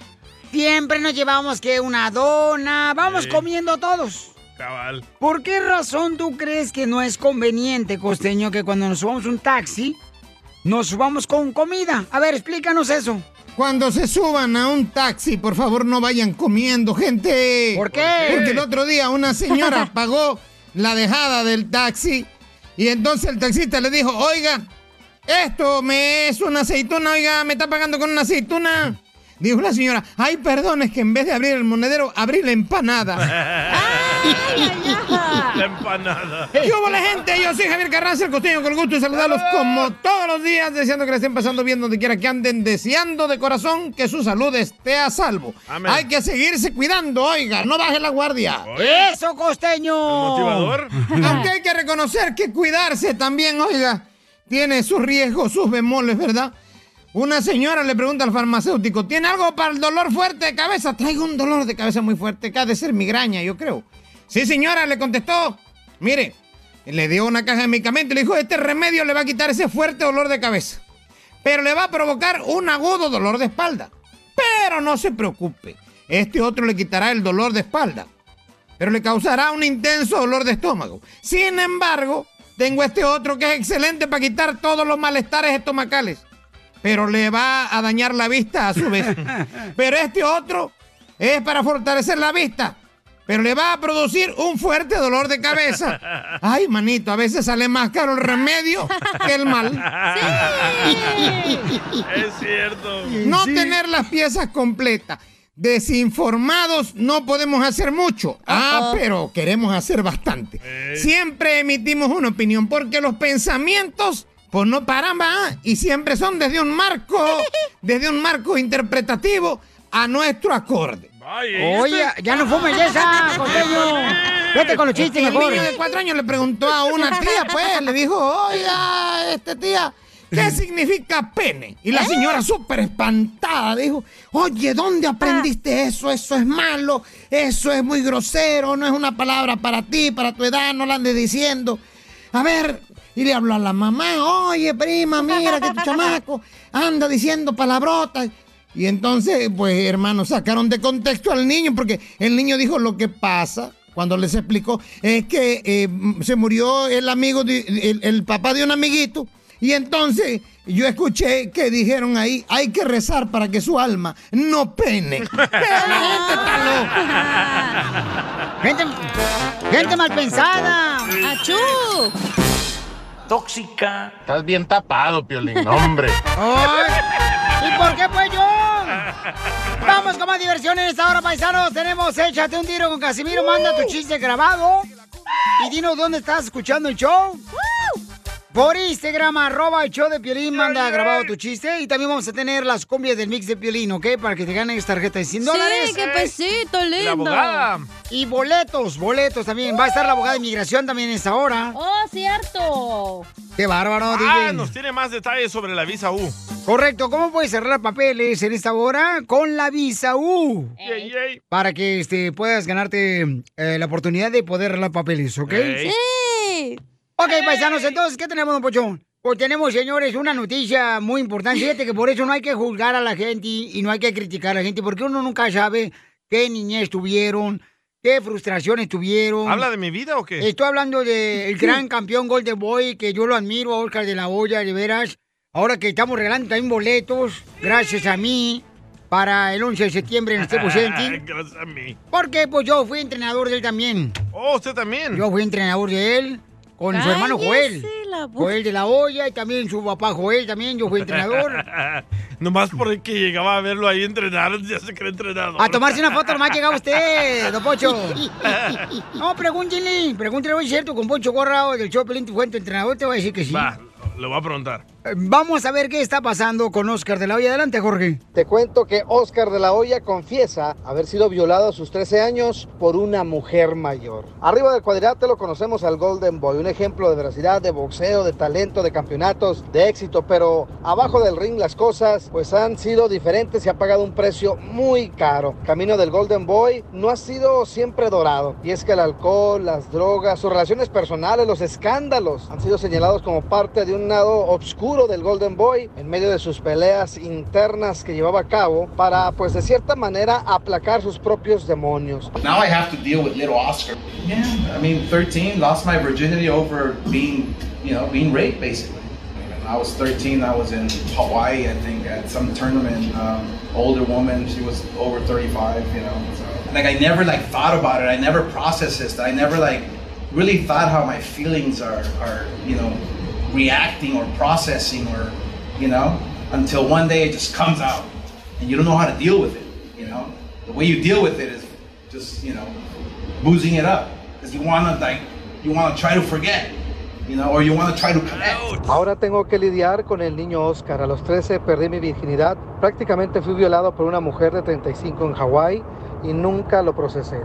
siempre nos llevamos que una dona, vamos Sí. comiendo todos. Cabal. ¿Por qué razón tú crees que no es conveniente, costeño, que cuando nos subamos un taxi, nos subamos con comida? A ver, explícanos eso. Cuando se suban a un taxi, por favor no vayan comiendo, gente. ¿Por qué? Porque el otro día una señora pagó la dejada del taxi y entonces el taxista le dijo, oiga, esto me es una aceituna, oiga, me está pagando con una aceituna. Dijo la señora, ay, perdón, es que en vez de abrir el monedero, abrí la empanada. La empanada. ¿Qué hubo la gente? Yo soy Javier Carranza, el costeño, con el gusto de saludarlos como todos los días, deseando que la estén pasando bien donde quiera que anden, deseando de corazón que su salud esté a salvo. Amén. Hay que seguirse cuidando, oiga, no baje la guardia. ¡Eso, costeño! motivador? Aunque hay que reconocer que cuidarse también, oiga, tiene sus riesgos, sus bemoles, ¿verdad? Una señora le pregunta al farmacéutico, ¿tiene algo para el dolor fuerte de cabeza? Traigo un dolor de cabeza muy fuerte, que ha de ser migraña, yo creo. Sí, señora, le contestó. Mire, le dio una caja de medicamento y le dijo, este remedio le va a quitar ese fuerte dolor de cabeza. Pero le va a provocar un agudo dolor de espalda. Pero no se preocupe, este otro le quitará el dolor de espalda pero le causará un intenso dolor de estómago. Sin embargo, tengo este otro que es excelente para quitar todos los malestares estomacales, pero le va a dañar la vista a su vez. Pero este otro es para fortalecer la vista, pero le va a producir un fuerte dolor de cabeza. Ay, manito, a veces sale más caro el remedio que el mal. Es cierto. No tener las piezas completas. Desinformados no podemos hacer mucho. Ah, Uh-oh. pero queremos hacer bastante. Siempre emitimos una opinión porque los pensamientos pues no paran va, y siempre son desde un marco, desde un marco interpretativo a nuestro acorde. Oye, ya no fumes esa, costeño. Vete con los chistes El mejor. niño de cuatro años le preguntó a una tía, pues, le dijo, oiga, este tía, ¿qué significa pene? Y la señora súper espantada dijo, oye, ¿dónde aprendiste eso? Eso es malo, eso es muy grosero, no es una palabra para ti, para tu edad, no la andes diciendo. A ver, y le habló a la mamá, oye, prima, mira que tu chamaco anda diciendo palabrotas. Y entonces, pues, hermano, sacaron de contexto al niño, porque el niño dijo lo que pasa, cuando les explicó, es que eh, m- se murió el amigo, de- el, el papá de un amiguito. Y entonces yo escuché que dijeron ahí, hay que rezar para que su alma no pene. Gente, gente mal pensada. ¡Achú! Tóxica. Estás bien tapado, Piolín, hombre. Ay, ¿Y por qué pues yo? Vamos con más diversión en esta hora, paisanos. Tenemos Échate un tiro con Casimiro. Manda tu chiste grabado. Y dinos dónde estás escuchando el show. Por Instagram, arroba el show de Piolín, manda grabado tu chiste. Y también vamos a tener las cumbias del mix de Piolín, ¿ok? Para que te ganes tarjeta de 100 Sí, dólares. qué pesito lindo. La abogada. Y boletos, boletos también. Va a estar la abogada de inmigración también en esta hora. ¡Oh, cierto! ¡Qué bárbaro, Ah, DJ! nos tiene más detalles sobre la visa U. Correcto, ¿cómo puedes cerrar papeles en esta hora? Con la visa U. Ey, ey. Para que este, puedas ganarte eh, la oportunidad de poder arreglar papeles, ¿ok? Ey. Sí. Ok, paisanos, entonces, ¿qué tenemos, don Pochón? Pues tenemos, señores, una noticia muy importante. Fíjate que por eso no hay que juzgar a la gente y no hay que criticar a la gente, porque uno nunca sabe qué niñez tuvieron, qué frustraciones tuvieron. ¿Habla de mi vida o qué? Estoy hablando del gran campeón Golden Boy, que yo lo admiro, a Oscar de la Hoya, de veras. Ahora que estamos regalando también boletos, gracias a mí, para el 11 de septiembre en Staples Center. Gracias a mí. Porque pues yo fui entrenador de él también. Oh, usted también. Yo fui entrenador de él con su hermano Joel. Cállese la boca. Joel de la Hoya y también su papá Joel, también yo fui entrenador. Nomás porque llegaba a verlo ahí entrenar, ya se cree entrenador. A tomarse una foto nomás llegaba usted, don Pocho. No, pregúntenle, pregúntenle, ¿es cierto? Con Poncho Corrao del show Pelín, tu fuente entrenador, te va a decir que sí. Va, lo voy a preguntar. Eh, Vamos a ver qué está pasando con Oscar de la Hoya. Adelante, Jorge. Te cuento que Oscar de la Hoya confiesa haber sido violado a sus 13 años por una mujer mayor. Arriba del cuadrilátero conocemos al Golden Boy, un ejemplo de veracidad, de boxeo, de talento, de campeonatos, de éxito, pero abajo del ring las cosas pues han sido diferentes y ha pagado un precio muy caro. Camino del Golden Boy no ha sido siempre dorado y es que el alcohol, las drogas, sus relaciones personales, los escándalos han sido señalados como parte de un lado oscuro del Golden Boy en medio de sus peleas internas que llevaba a cabo para, pues de cierta manera, aplacar sus propios demonios. Now I have to deal with little Oscar. Yeah, I mean, 13, lost my virginity over being, you know, being raped basically. When I was 13, I was in Hawaii, I think, at some tournament. Um, older woman, she was over 35, you know. So. Like I never like thought about it. I never processed this. I never like really thought how my feelings are, are you know, reacting or processing or, you know, until one day it just comes out and you don't know how to deal with it. You know, the way you deal with it is just you know boozing it up because you want to like you want to try to forget, you know, or you want to try to connect. Ahora tengo que lidiar con el niño Oscar. A los 13 perdí mi virginidad. Prácticamente fui violado por una mujer de 35 en Hawái y nunca lo procesé.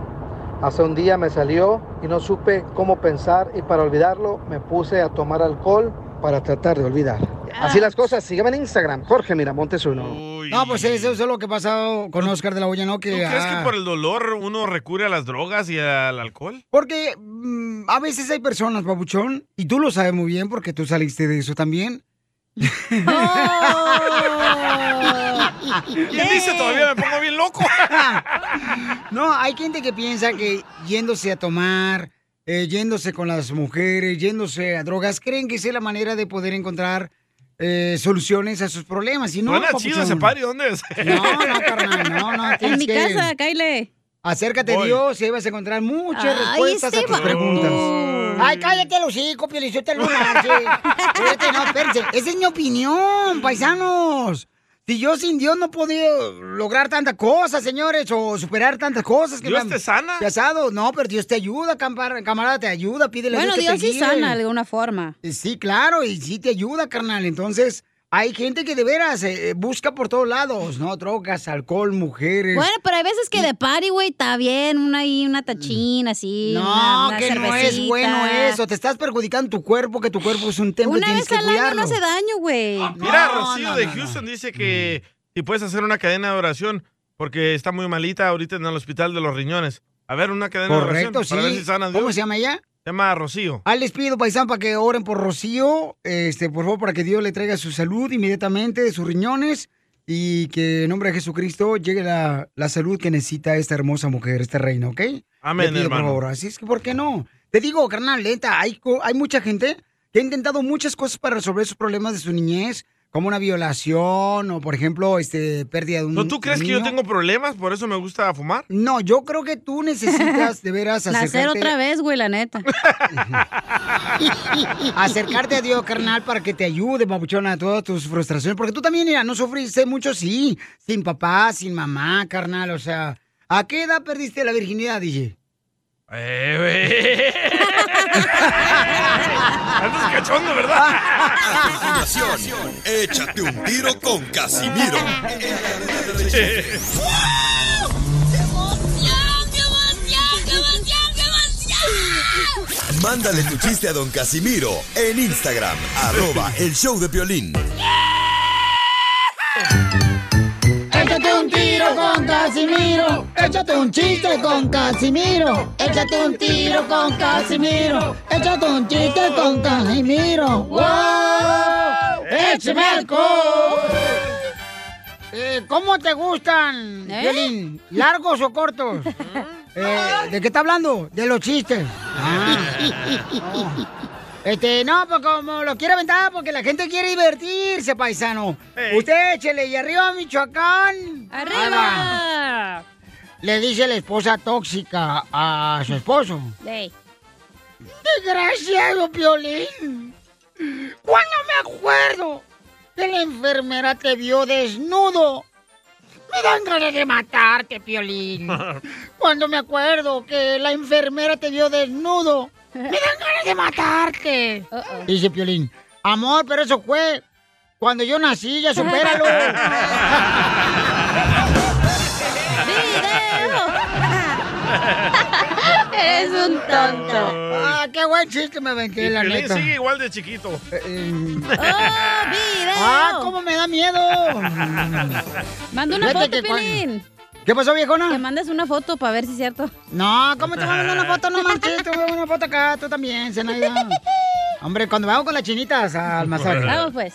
Hace un día me salió y no supe cómo pensar y para olvidarlo me puse a tomar alcohol para tratar de olvidar. Así las cosas, sígueme en Instagram, Jorge Miramontes uno. No, pues eso, eso es lo que ha pasado con Oscar de la Hoya, ¿no? Que, ¿Tú crees ah, que por el dolor uno recurre a las drogas y al alcohol? Porque mm, a veces hay personas, babuchón, y tú lo sabes muy bien porque tú saliste de eso también. ¿Quién dice todavía me pongo bien loco? no, hay gente que piensa que yéndose a tomar, eh, yéndose con las mujeres, yéndose a drogas, creen que esa es la manera de poder encontrar eh, soluciones a sus problemas. Y no, Suena papuchón. chido ese party, ¿dónde es? No, no, carnal, no, no. En tienes mi que- casa, Kyle. Acércate a Voy. Dios y ahí vas a encontrar muchas Ay, respuestas este a tus vato. preguntas. Ay, cállate los hijos, Pielizotel no marches. Espérate, no, espérense. Esa es mi opinión, paisanos. Si yo sin Dios no podía lograr tantas cosas, señores, o superar tantas cosas. Que ¿Dios me te han sana? Pasado. No, pero Dios te ayuda, campar- camarada, te ayuda, pídele a Bueno, Dios que Dios te sí guíe. Eh, sana de alguna forma. Sí, claro, y sí te ayuda, carnal. Entonces, hay gente que de veras eh, eh, busca por todos lados, ¿no? Drogas, alcohol, mujeres. Bueno, pero hay veces que de party, güey, está bien, una ahí, una tachina, así. una- No, una que no es cervecita. bueno eso. Te estás perjudicando tu cuerpo, que tu cuerpo es un templo y Una tienes vez que al año cuidarlo. no hace daño, güey. Mira, Rocío de Houston dice que Mm. si puedes hacer una cadena de oración, porque está muy malita ahorita en el hospital de los riñones. A ver, una cadena de Correcto, oración. Para ver sí. si sana Dios. ¿Cómo se llama ella? Se llama Rocío. Ah, les pido, paisano, para que oren por Rocío, este, por favor, para que Dios le traiga su salud inmediatamente, de sus riñones, y que en nombre de Jesucristo llegue la, la salud que necesita esta hermosa mujer, esta reina, ¿ok? Amén, Le pido, hermano. Por favor. Así es que, ¿por qué no? Te digo, carnal, lenta, hay, co- hay mucha gente que ha intentado muchas cosas para resolver sus problemas de su niñez, como una violación o, por ejemplo, este, pérdida de un ¿No tú crees que yo niño. tengo problemas? ¿Por eso me gusta fumar? No, yo creo que tú necesitas de veras Nacer acercarte, otra vez, güey, la neta. acercarte a Dios, carnal, para que te ayude, papuchona, a todas tus frustraciones. Porque tú también, mira, no sufriste mucho, sí, sin papá, sin mamá, carnal, o sea... ¿A qué edad perdiste la virginidad, DJ? Eh, güey. Andas cachondo, Ah. ¿verdad? Continuación, échate un tiro con Casimiro. Mándale tu chiste a don Casimiro en Instagram, arroba el show de violín. Échate un tiro con Casimiro. Échate un chiste con Casimiro. Échate un tiro con Casimiro. Échate un chiste con Casimiro. ¡Wow! ¡Échame alcohol! Eh, ¿Cómo te gustan, ¿Eh? Violín? ¿Largos o cortos? Eh, ¿De qué está hablando? De los chistes. Ah. Este, no, pues como lo quiero aventar, porque la gente quiere divertirse, paisano. Ey. Usted échele y arriba, Michoacán. Ahí va. Le dice la esposa tóxica a su esposo. Desgraciado, Piolín. Cuando me acuerdo que la enfermera te vio desnudo, me dan ganas de matarte, Piolín. Cuando me acuerdo que la enfermera te vio desnudo, me dan ganas de matarte. Dice Piolín, amor, pero eso fue cuando yo nací, ya supéralo. Eres un tonto. ah, qué buen chiste me aventé, Y la Piolín neta. Eh, sigue igual de chiquito. Oh, Ah, cómo me da miedo. Manda una Fíjate foto, que cuando- Piolín. ¿Qué pasó, viejona? Te mandas una foto para ver si es cierto. No, ¿cómo te voy a mandar una foto? No manches, te voy a mandar una foto acá, tú también, Zenaida. Hombre, cuando vamos con las chinitas al masaje. Vamos, pues.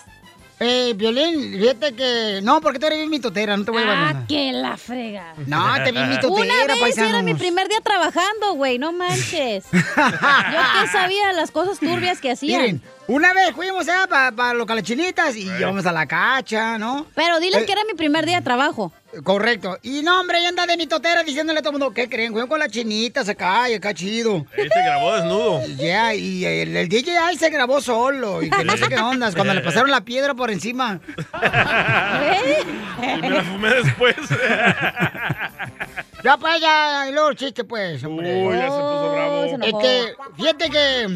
Eh, Violín, fíjate que... No, porque tú eres bien mitotera, no te voy a llevar Ah, nada. que la frega. No, te vi mitotera, Una vez paisanos. era mi primer día trabajando, güey, no manches. Yo que sabía las cosas turbias que hacían. Miren, una vez fuimos ¿eh? allá para lo que las chinitas y Eh. íbamos a la cacha, ¿no? Pero diles Eh. que era mi primer día de trabajo. Correcto. Y no, hombre, ya anda de mitotera diciéndole a todo el mundo, ¿qué creen? Fuimos con las chinitas acá y acá chido. Ahí te grabó desnudo. Ya, y el, el DJ ahí se grabó solo y que no sé qué ondas, cuando le pasaron la piedra por encima. Y me la fumé después. Ya pues, ya, y luego el chiste pues, hombre. Uy, ya se puso Oh, bravo. se enojó. Este, fíjate que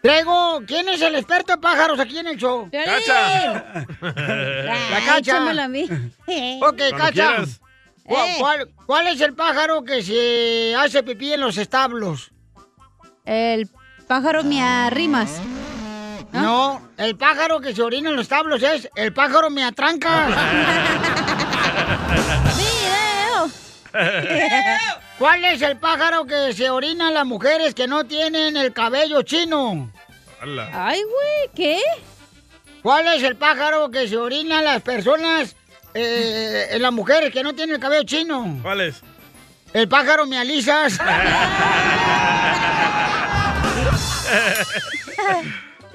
traigo, ¿quién es el experto en pájaros aquí en el show? ¡Cacha! La cacha. Échamela a mí. Eh. Ok, Cuando cacha. quieras. ¿Cu- ¿Cuál, cuál es el pájaro que se hace pipí en los establos? El pájaro me arrimas. No, el pájaro que se orina en los establos es el pájaro me atranca. ¿Cuál es el pájaro que se orina en las mujeres que no tienen el cabello chino? Ala. Ay, güey, ¿qué? ¿Cuál es el pájaro que se orina en las personas, eh, en las mujeres que no tienen el cabello chino? ¿Cuál es? El pájaro me alisas.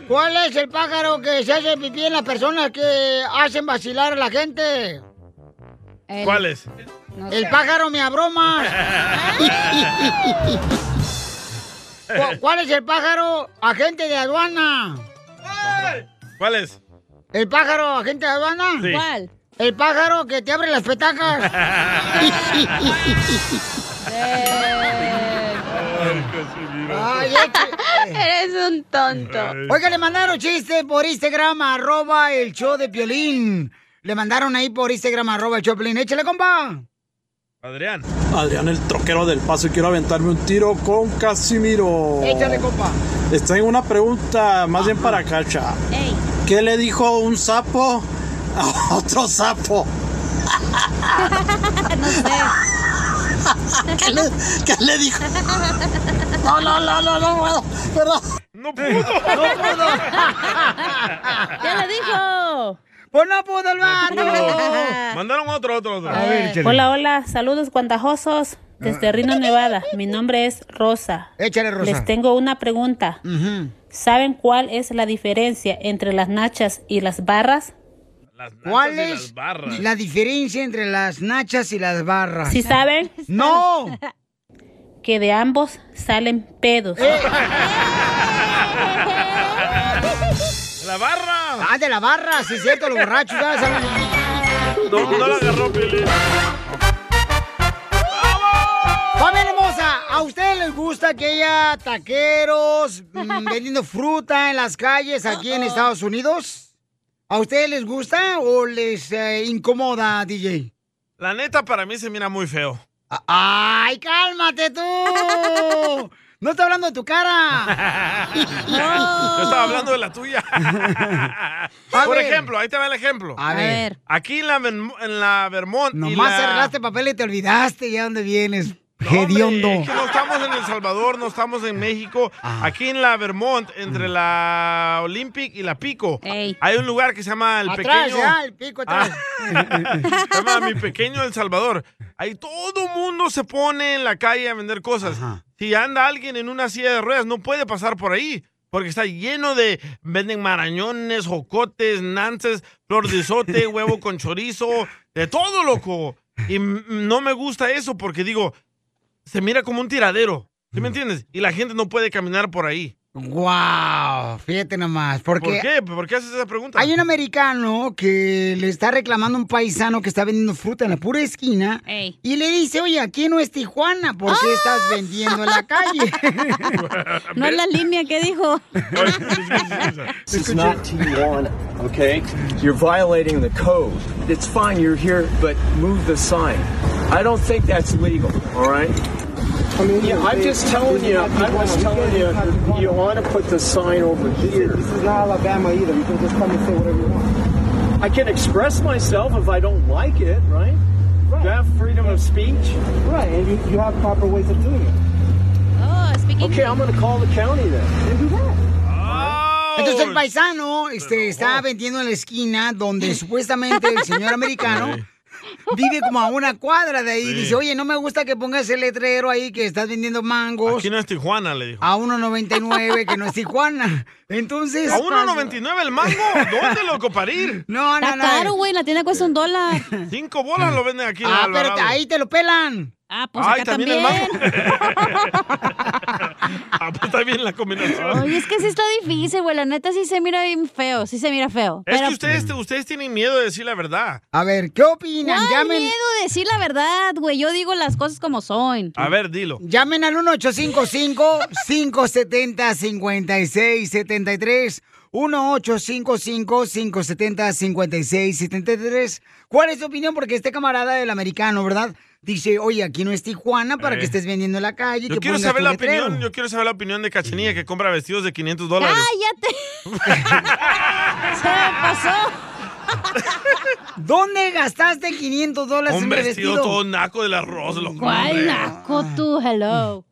¿Cuál es el pájaro que se hace pipí en las personas que hacen vacilar a la gente? ¿Cuál es? El pájaro me abroma. ¿Cu- ¿Cuál es el pájaro agente de aduana? ¿Cuál es? ¿El pájaro agente de aduana? Sí. ¿Cuál? El pájaro que te abre las petacas. Ay, Eres un tonto. Oiga, le mandaron chiste por Instagram, arroba el show de Piolín. Le mandaron ahí por Instagram, arroba el show de Piolín. Échale, compa. Adrián. Adrián el troquero del paso y quiero aventarme un tiro con Casimiro. Échale, compa. Les traigo una pregunta, más bien para Cacha. ¿Qué le dijo un sapo a otro sapo? ¿Qué le, qué le dijo? No, no, no, no, no, puedo, perdón. No pudo. ¿Qué le dijo? Pues no pudo el Otro. Mandaron otro, otro, otro. Eh, hola, hola, saludos guantajosos desde Rino, Nevada. Mi nombre es Rosa. Ah. Échale, Rosa. Les tengo una pregunta. ¿Saben cuál es la diferencia entre las nachas y las barras? ¿Cuál nachas y las es barras. la diferencia entre las nachas y las barras? ¿Sí saben? ¡No! Que de ambos salen pedos. Eh. Eh. ¡La barra! ¡Ah, de la barra! Sí, es cierto, los borrachos. ya saben. No, no la agarró, Piolín. Familia hermosa, ¿a ustedes les gusta que haya taqueros mm, vendiendo fruta en las calles aquí en Estados Unidos? ¿A ustedes les gusta o les eh, incomoda, DJ? La neta, para mí se mira muy feo. ¡Ay, cálmate tú! No está hablando de tu cara. Yo estaba hablando de la tuya. A Por ver. ejemplo, ahí te va el ejemplo. A ver. Aquí en la, Verm- en la Vermont. y Nomás la- arreglaste papel y te olvidaste ya dónde vienes. Hediondo. Ah. Es que no estamos en El Salvador, no estamos en México. Aquí en la Vermont, Mm. entre la Olympic y la Pico, hay un lugar que se llama El Atrás, Pequeño. Ah. ya, el pico atrás. Se llama Mi Pequeño El Salvador. Ahí todo mundo se pone en la calle a vender cosas. Si anda alguien en una silla de ruedas, no puede pasar por ahí. Porque está lleno de... Venden marañones, jocotes, nances, flor de sote, huevo con chorizo, de todo, loco. Y m- no me gusta eso porque digo, se mira como un tiradero. ¿Sí me entiendes? Y la gente no puede caminar por ahí. ¡Wow! Fíjate nomás. Porque ¿Por qué? ¿Por qué haces esa pregunta? Hay un americano que le está reclamando a un paisano que está vendiendo fruta en la pura esquina y le dice, oye, aquí no es Tijuana, ¿por ¡Ah! qué estás vendiendo en la calle? No es la línea que dijo. This is not T1, okay? You're violating the code. It's fine, you're here, but move the sign. I don't think that's legal, all right? I mean, yeah, I'm just telling you, I'm just telling you, you want to put the sign over here. This is not Alabama either. You can just come and say whatever you want. I can express myself if I don't like it, right? You have freedom of speech. Right, and you, you have proper ways of doing it. Oh, speaking Okay, I'm going to call the county then. And do that. Entonces Oh. el paisano este, oh. está vendiendo en la esquina donde supuestamente el señor americano vive como a una cuadra de ahí y Sí. dice, oye, no me gusta que pongas el letrero ahí que estás vendiendo mangos. Aquí no es Tijuana, le dijo. a 1.99, que no es Tijuana. Entonces. ¿A 1.99 el mango? ¿Dónde, loco, para ir? No, no, Está no. caro, güey. La tienda cuesta un dólar. Cinco bolas lo venden aquí en Ah, pero Alvarado. te- ahí te lo pelan. Ah, pues Ay, acá también el también. Ah, pues está bien la combinación. Oye, es que sí está difícil, güey. La neta sí se mira bien feo. Sí se mira feo. Es que pues, ustedes, ustedes tienen miedo de decir la verdad. A ver, ¿qué opinan? ¿Cuál Llamen. miedo de decir la verdad, güey. Yo digo las cosas como son. A ver, dilo. Llamen al 1-855-570-5673. 1-855-570-5673. ¿Cuál es tu opinión? Porque este camarada del americano, ¿verdad? Dice, oye, aquí no es Tijuana para Eh. que estés vendiendo en la calle. Yo que quiero pongas saber tu la letrero". opinión, yo quiero saber la opinión de Cachenilla que compra vestidos de 500 dólares. ¡Cállate! Se pasó. ¿Dónde gastaste 500 dólares Un en mi vestido, vestido? todo naco del arroz, loco. ¿Cuál hombre. naco tú? Hello.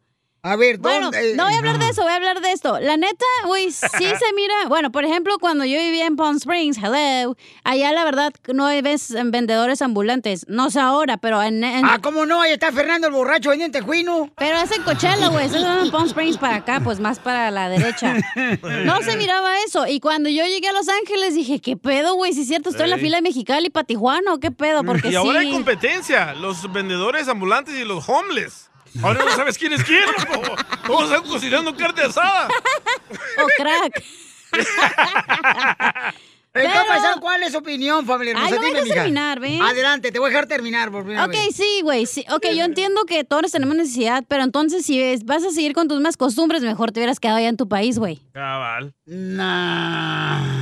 A ver, Bueno, ¿dónde? no voy a hablar de eso, voy a hablar de esto. La neta, güey, sí se mira. Bueno, por ejemplo, cuando yo vivía en Palm Springs, hello, allá la verdad no ves vendedores ambulantes. No sé ahora, pero en. Ah, ¿cómo no? Ahí está Fernando el borracho vendiendo tejuino. Pero es en Coachella, güey. Eso es en Palm Springs para acá, pues más para la derecha. No se miraba eso. Y cuando yo llegué a Los Ángeles dije, ¿qué pedo, güey? Si es cierto, estoy en la Ey. fila de Mexicali para Tijuana, ¿o ¿qué pedo? Porque y sí. ahora hay competencia, los vendedores ambulantes y los homeless. Ahora no sabes quién es quién. loco. Todos están cocinando carne asada. O crack. Entonces, Pero- paisano, ¿cuál es su opinión, familia? Ay, hermosa? no me Dime, dejas mija. terminar, ven. Adelante, te voy a dejar terminar por primera Ok, vez. sí, güey. Sí. Ok, yo entiendo que todos tenemos necesidad, pero entonces si ves- vas a seguir con tus mismas costumbres, mejor te hubieras quedado allá en tu país, güey. Cabal. Nah.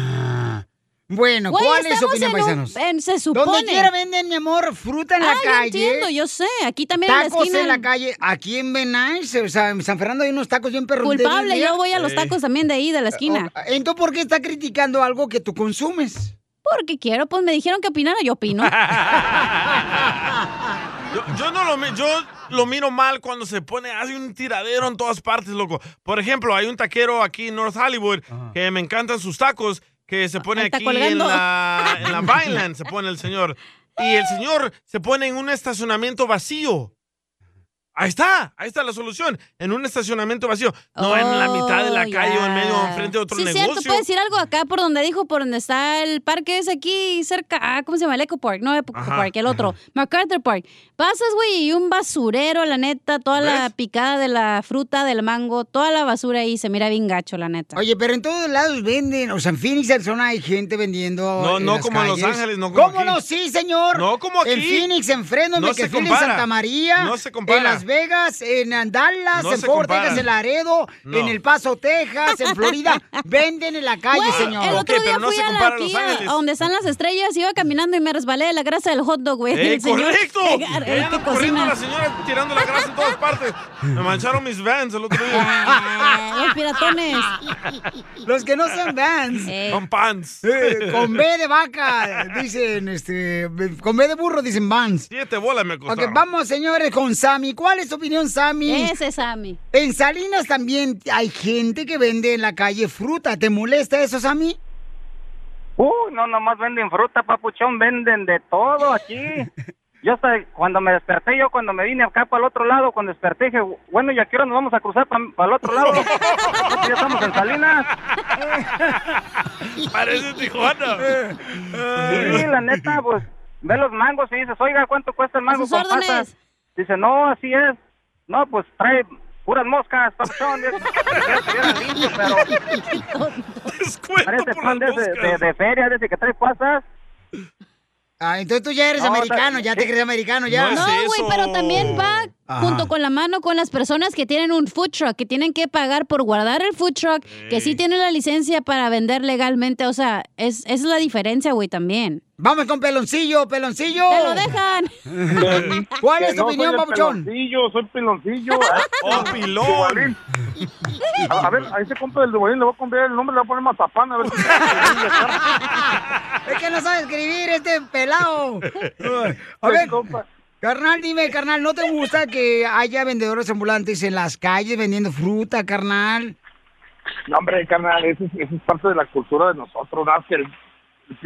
Bueno, Güey, ¿cuál es su estamos opinión, en un- paisanos? en- se supone. quiera venden, mi amor, fruta en la Ah, yo calle. entiendo, yo sé. Aquí también en la Tacos esquina. en la calle, aquí en Venice, o sea, en San Fernando hay unos tacos bien perros. Culpable, yo voy a los tacos también de ahí, de la esquina. Oh, Entonces, ¿por qué está criticando algo que tú consumes? Porque quiero, pues me dijeron que opinara, yo opino. Yo, yo no lo, mi- yo lo miro mal cuando se pone, hace un tiradero en todas partes, loco. Por ejemplo, hay un taquero aquí en North Hollywood que me encantan sus tacos, que se pone Ah, está aquí en colgando. la, en la Vineland, se pone el señor. Y el señor se pone en un estacionamiento vacío. Ahí está, ahí está la solución. En un estacionamiento vacío. No en la mitad de la Oh, calle o en ya. medio o enfrente de otro Sí, negocio. cierto, puedes ir algo acá por donde dijo, por donde está el parque, es aquí cerca, ah, ¿cómo se llama? El Eco Park, no Eco Ajá, Park, el otro, MacArthur Park. Pasas, güey, y un basurero, la neta, toda la picada de la fruta, del mango, toda la basura ahí, se mira bien gacho, la neta. Oye, pero en todos lados venden, o sea, en Phoenix, Arizona hay gente vendiendo. No, en no las como en Los calles. Ángeles, no como ¿Cómo aquí. no? Sí, señor. No como En aquí. Phoenix, en Fresno, en No se Beckerfield, en compara. Santa María. No se compara. En Las Vegas, en Dallas, No en se Fort compara. Texas, en Laredo, No. en El Paso, Texas, en Florida. venden en la calle, Güey, señor. El otro día fui a la oh. aquí, a- a donde están las estrellas, iba caminando y me resbalé de la grasa del hot dog, güey. ¡Eh, El señor correcto! que- Ya el anda que corriendo cocina. la señora tirando la grasa en todas partes. Me mancharon mis vans el otro día. Ah, Los piratones. Los que no sean vans. Con pants. Eh, con B de vaca, dicen, este, con B de burro, dicen vans. Siete bolas me costaron. Ok, vamos señores con Sammy. ¿Cuál es tu opinión, Sammy? Ese Sammy. En Salinas también hay gente que vende en la calle fruta. ¿Te molesta eso, Sammy? Uh, no, nomás venden fruta, papuchón, venden de todo aquí. Yo hasta cuando me desperté, yo cuando me vine acá para el otro lado, cuando desperté dije, bueno, ¿y a qué hora nos vamos a cruzar para el otro lado? Porque ya estamos en Salinas. Parece Tijuana. Sí, la neta, pues, ve los mangos y dices, oiga, ¿cuánto cuesta el mango sus con órdenes. pasas? Dice, no, así es. No, pues trae puras moscas, papuchón. Dice, "Estuviera lindo, pero... Parece pan de, de- de- de feria, dice que trae pasas. Ah, entonces tú ya eres No, americano, no, ya te eh, crees americano, ya. No, güey, pero también va Ajá. junto con la mano con las personas que tienen un food truck, que tienen que pagar por guardar el food truck, que sí tienen la licencia para vender legalmente. O sea, es, es la diferencia, güey, también. Vamos con peloncillo, peloncillo. Te lo dejan. ¿Cuál Que es tu no, opinión, soy el papuchón? Peloncillo, soy peloncillo. Ah, oh, pilón. A, a ver, a ese compa del Dubalín le voy a cambiar el nombre, le voy a poner Mazapán, a ver. Es que no sabe escribir este pelado. A ver, carnal, dime, carnal, ¿no te gusta que haya vendedores ambulantes en las calles vendiendo fruta, carnal? No, hombre, carnal, eso es, eso es parte de la cultura de nosotros, ¿no? Que el,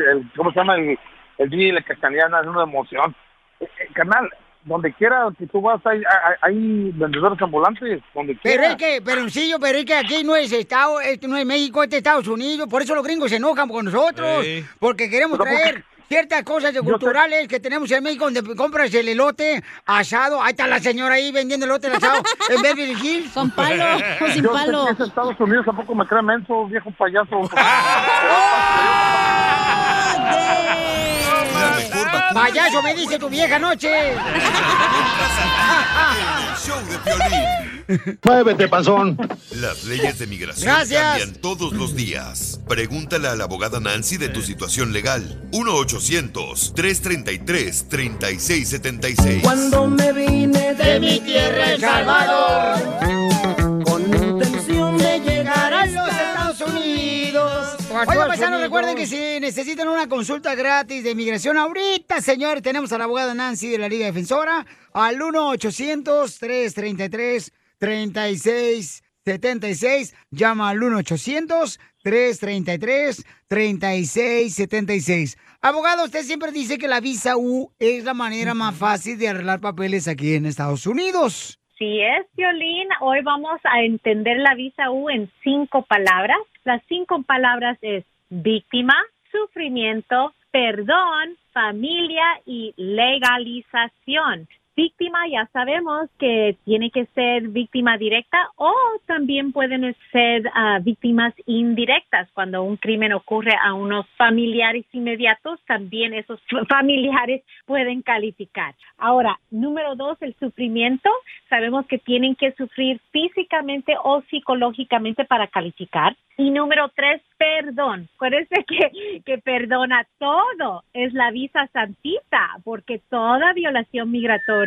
el- ¿Cómo se llama? El, el día de la cascaleana es una emoción. Eh, eh, carnal, donde quiera que tú vas, hay, hay, hay vendedores ambulantes, donde Pero quiera. es que, peloncillo, pero es que aquí no es Estado, esto no es México, este es Estados Unidos, por eso los gringos se enojan con nosotros, Ey. porque queremos Pero, traer ciertas cosas de culturales que tenemos en México donde compras el elote asado, ahí está la señora ahí vendiendo elote asado en Beverly Hills. Con Yo sé que es Estados Unidos tampoco me crea menso, viejo payaso. Payaso me dice tu vieja noche. Muévete, panzón. Las leyes de migración Gracias. cambian todos los días. Pregúntale a la abogada Nancy de tu situación legal. 1-800-333-3676. Cuando me vine de mi tierra El Salvador, con intención de llegar a los Estados Unidos. Oigan, Estados paisanos, Unidos. recuerden que si necesitan una consulta gratis de inmigración, ahorita, señores, tenemos a la abogada Nancy de la Liga Defensora al 1-800-333-3676. Llama al 1-800-333-3676. Abogado, usted siempre dice que la visa U es la manera más fácil de arreglar papeles aquí en Estados Unidos. Si es violín, hoy vamos a entender la visa U en cinco palabras. Las cinco palabras es víctima, sufrimiento, perdón, familia y legalización. Víctima ya sabemos que tiene que ser víctima directa o también pueden ser ah, víctimas indirectas cuando un crimen ocurre a unos familiares inmediatos, también esos fa- familiares pueden calificar. Ahora, número dos, el sufrimiento. Sabemos que tienen que sufrir físicamente o psicológicamente para calificar. Y número tres, perdón. Acuérdense que, que perdona todo. Es la visa santita, porque toda violación migratoria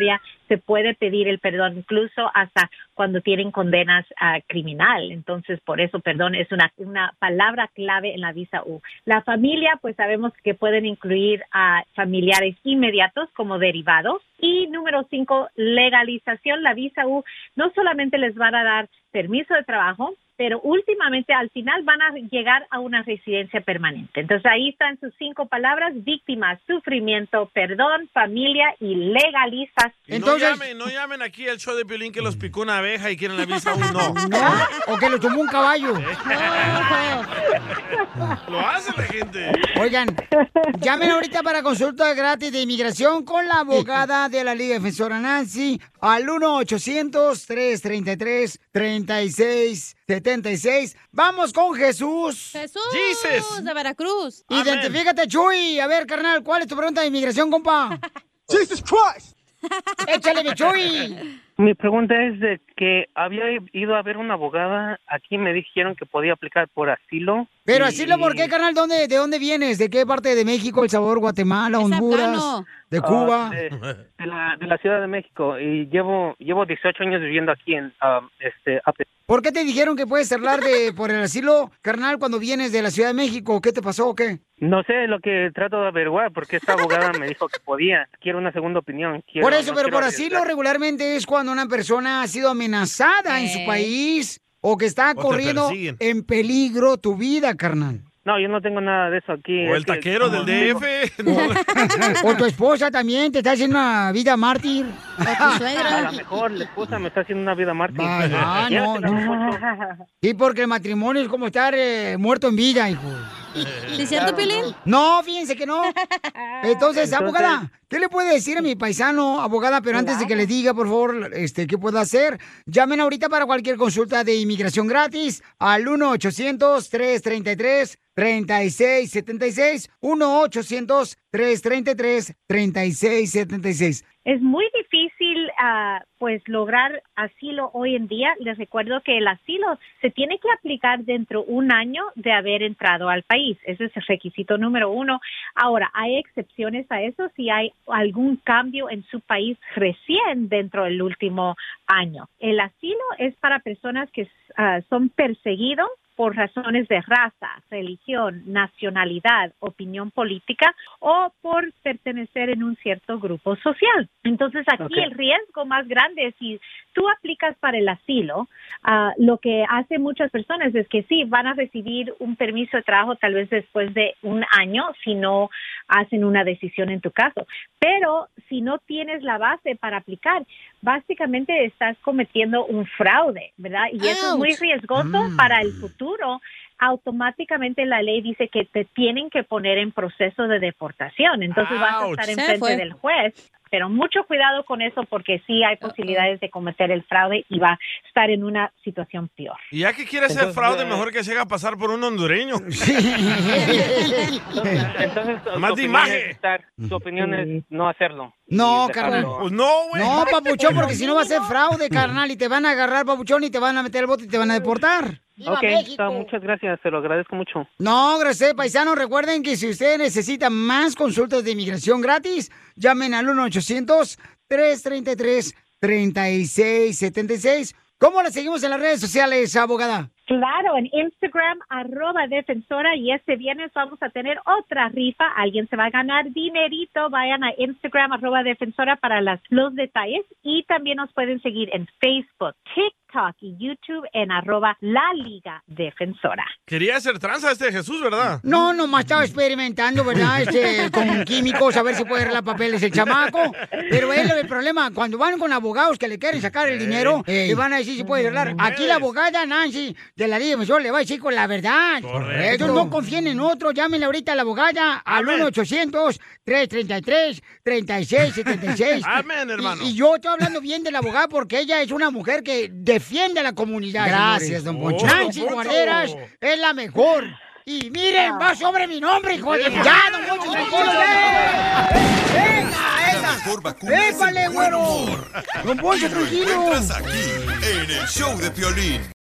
se puede pedir el perdón, incluso hasta cuando tienen condenas ah, criminal. Entonces, por eso perdón es una, una palabra clave en la visa U. La familia, pues sabemos que pueden incluir a familiares inmediatos como derivados. Y número cinco, legalización. La visa U no solamente les van a dar permiso de trabajo, pero últimamente al final van a llegar a una residencia permanente. Entonces ahí están sus cinco palabras, víctima, sufrimiento, perdón, familia y legalización. Y no, llamen, no llamen aquí al show de Piolín que los picó una abeja y quieren la visa aún no. O que lo tomó un caballo. Lo hace la gente. Oigan, llamen ahorita para consulta gratis de inmigración con la abogada de la Liga Defensora Nancy al 1-800-333-3676. Vamos con Jesús. Jesús de Veracruz. Identifícate, Chuy. A ver, carnal, ¿cuál es tu pregunta de inmigración, compa? Jesus Christ. Échale, mi Chuy. Mi pregunta es de que había ido a ver una abogada. Aquí me dijeron que podía aplicar por asilo. Pero Y- así lo por qué, carnal, ¿dónde, ¿de dónde vienes? ¿De qué parte de México? El Salvador, Guatemala, Honduras, de Ah, Cuba. de, de la, de la Ciudad de México. Y llevo llevo 18 años viviendo aquí en um, este Ape- ¿Por qué te dijeron que puedes hablar de por el asilo, carnal, cuando vienes de la Ciudad de México? ¿Qué te pasó o qué? No sé lo que trato de averiguar porque esta abogada me dijo que podía. Quiero una segunda opinión. quiero- por eso, no pero quiero por arriesgar. asilo regularmente es cuando una persona ha sido amenazada en su país o que está te corriendo persiguen. en peligro tu vida, carnal. No, yo no tengo nada de eso aquí. O Es el que- taquero del como digo- DF. O tu esposa también te está haciendo una vida mártir. A lo mejor la esposa me está haciendo una vida mártir. Ah, Ya no, se la no. Sí, porque el matrimonio es como estar eh, muerto en vida, hijo. ¿Sí cierto, Piolín? No, fíjense que no. Entonces, Entonces- abogada, ¿qué le puede decir a mi paisano, abogada? Pero antes de que le diga, por favor, este, ¿qué puedo hacer? Llamen ahorita para cualquier consulta de inmigración gratis al 1-800-333. 3676 1-800-333-3676. Es muy difícil, ah, pues, lograr asilo hoy en día. Les recuerdo que el asilo se tiene que aplicar dentro un año de haber entrado al país. Ese es el requisito número uno. Ahora, hay excepciones a eso si hay algún cambio en su país recién dentro del último año. El asilo es para personas que ah, son perseguidos por razones de raza, religión, nacionalidad, opinión política o por pertenecer en un cierto grupo social. Entonces aquí Ok. el riesgo más grande es si tú aplicas para el asilo, ah, lo que hace muchas personas es que sí, van a recibir un permiso de trabajo tal vez después de un año si no hacen una decisión en tu caso. Pero si no tienes la base para aplicar, básicamente estás cometiendo un fraude, ¿verdad? Y eso es muy Ouch. riesgoso Mm. para el futuro. Automáticamente la ley dice que te tienen que poner en proceso de deportación. Entonces vas a Ouch. estar Se enfrente fue. del juez. Pero mucho cuidado con eso porque sí hay posibilidades de cometer el fraude y va a estar en una situación peor. Y ya que quiere hacer Entonces, fraude, eh, mejor que se haga pasar por un hondureño. Entonces, su Más de opinión imagen. es estar- su opinión es no hacerlo. No, Y carnal. dejarlo. no, No, papuchón, porque si no va a ser fraude, carnal, y te van a agarrar, papuchón, y te van a meter el bote y te van a deportar. Ok, está, muchas gracias, se lo agradezco mucho. No, gracias, paisano. Recuerden que si ustedes necesitan más consultas de inmigración gratis, llamen al 1-800-333-3676. ¿Cómo la seguimos en las redes sociales, abogada? Claro, en Instagram, arroba defensora. Y este viernes vamos a tener otra rifa. Alguien se va a ganar dinerito. Vayan a Instagram, arroba defensora para las, los detalles. Y también nos pueden seguir en Facebook, TikTok y YouTube en arroba la liga defensora. Quería hacer tranza este Jesús, ¿verdad? No, nomás estaba experimentando, ¿verdad? Este, con químicos, a ver si puede arreglar papeles el chamaco. Pero es lo- el problema. Cuando van con abogados que le quieren sacar el dinero, Ey. le van a decir si puede arreglar. Aquí la abogada Nancy de la Liga de Defensor le va a decir con la verdad. Correcto. Ellos no confíen en otro. Llámenle ahorita a la abogada al 1-800-333-3676. Amén, hermano. Y, y yo estoy hablando bien de la abogada porque ella es una mujer que defiende a la comunidad. señores. Gracias, don Poncho. Nancy Don Poncho. Guarderas es la mejor. Y miren, va sobre mi nombre, hijo de... Eh. ¡Ya, don Poncho, tranquilo! ¡Eh! ¡Venga, La esa! mejor vacuna es el ¡Épale, güero! Don Poncho, tranquilo. aquí en el show de Piolín.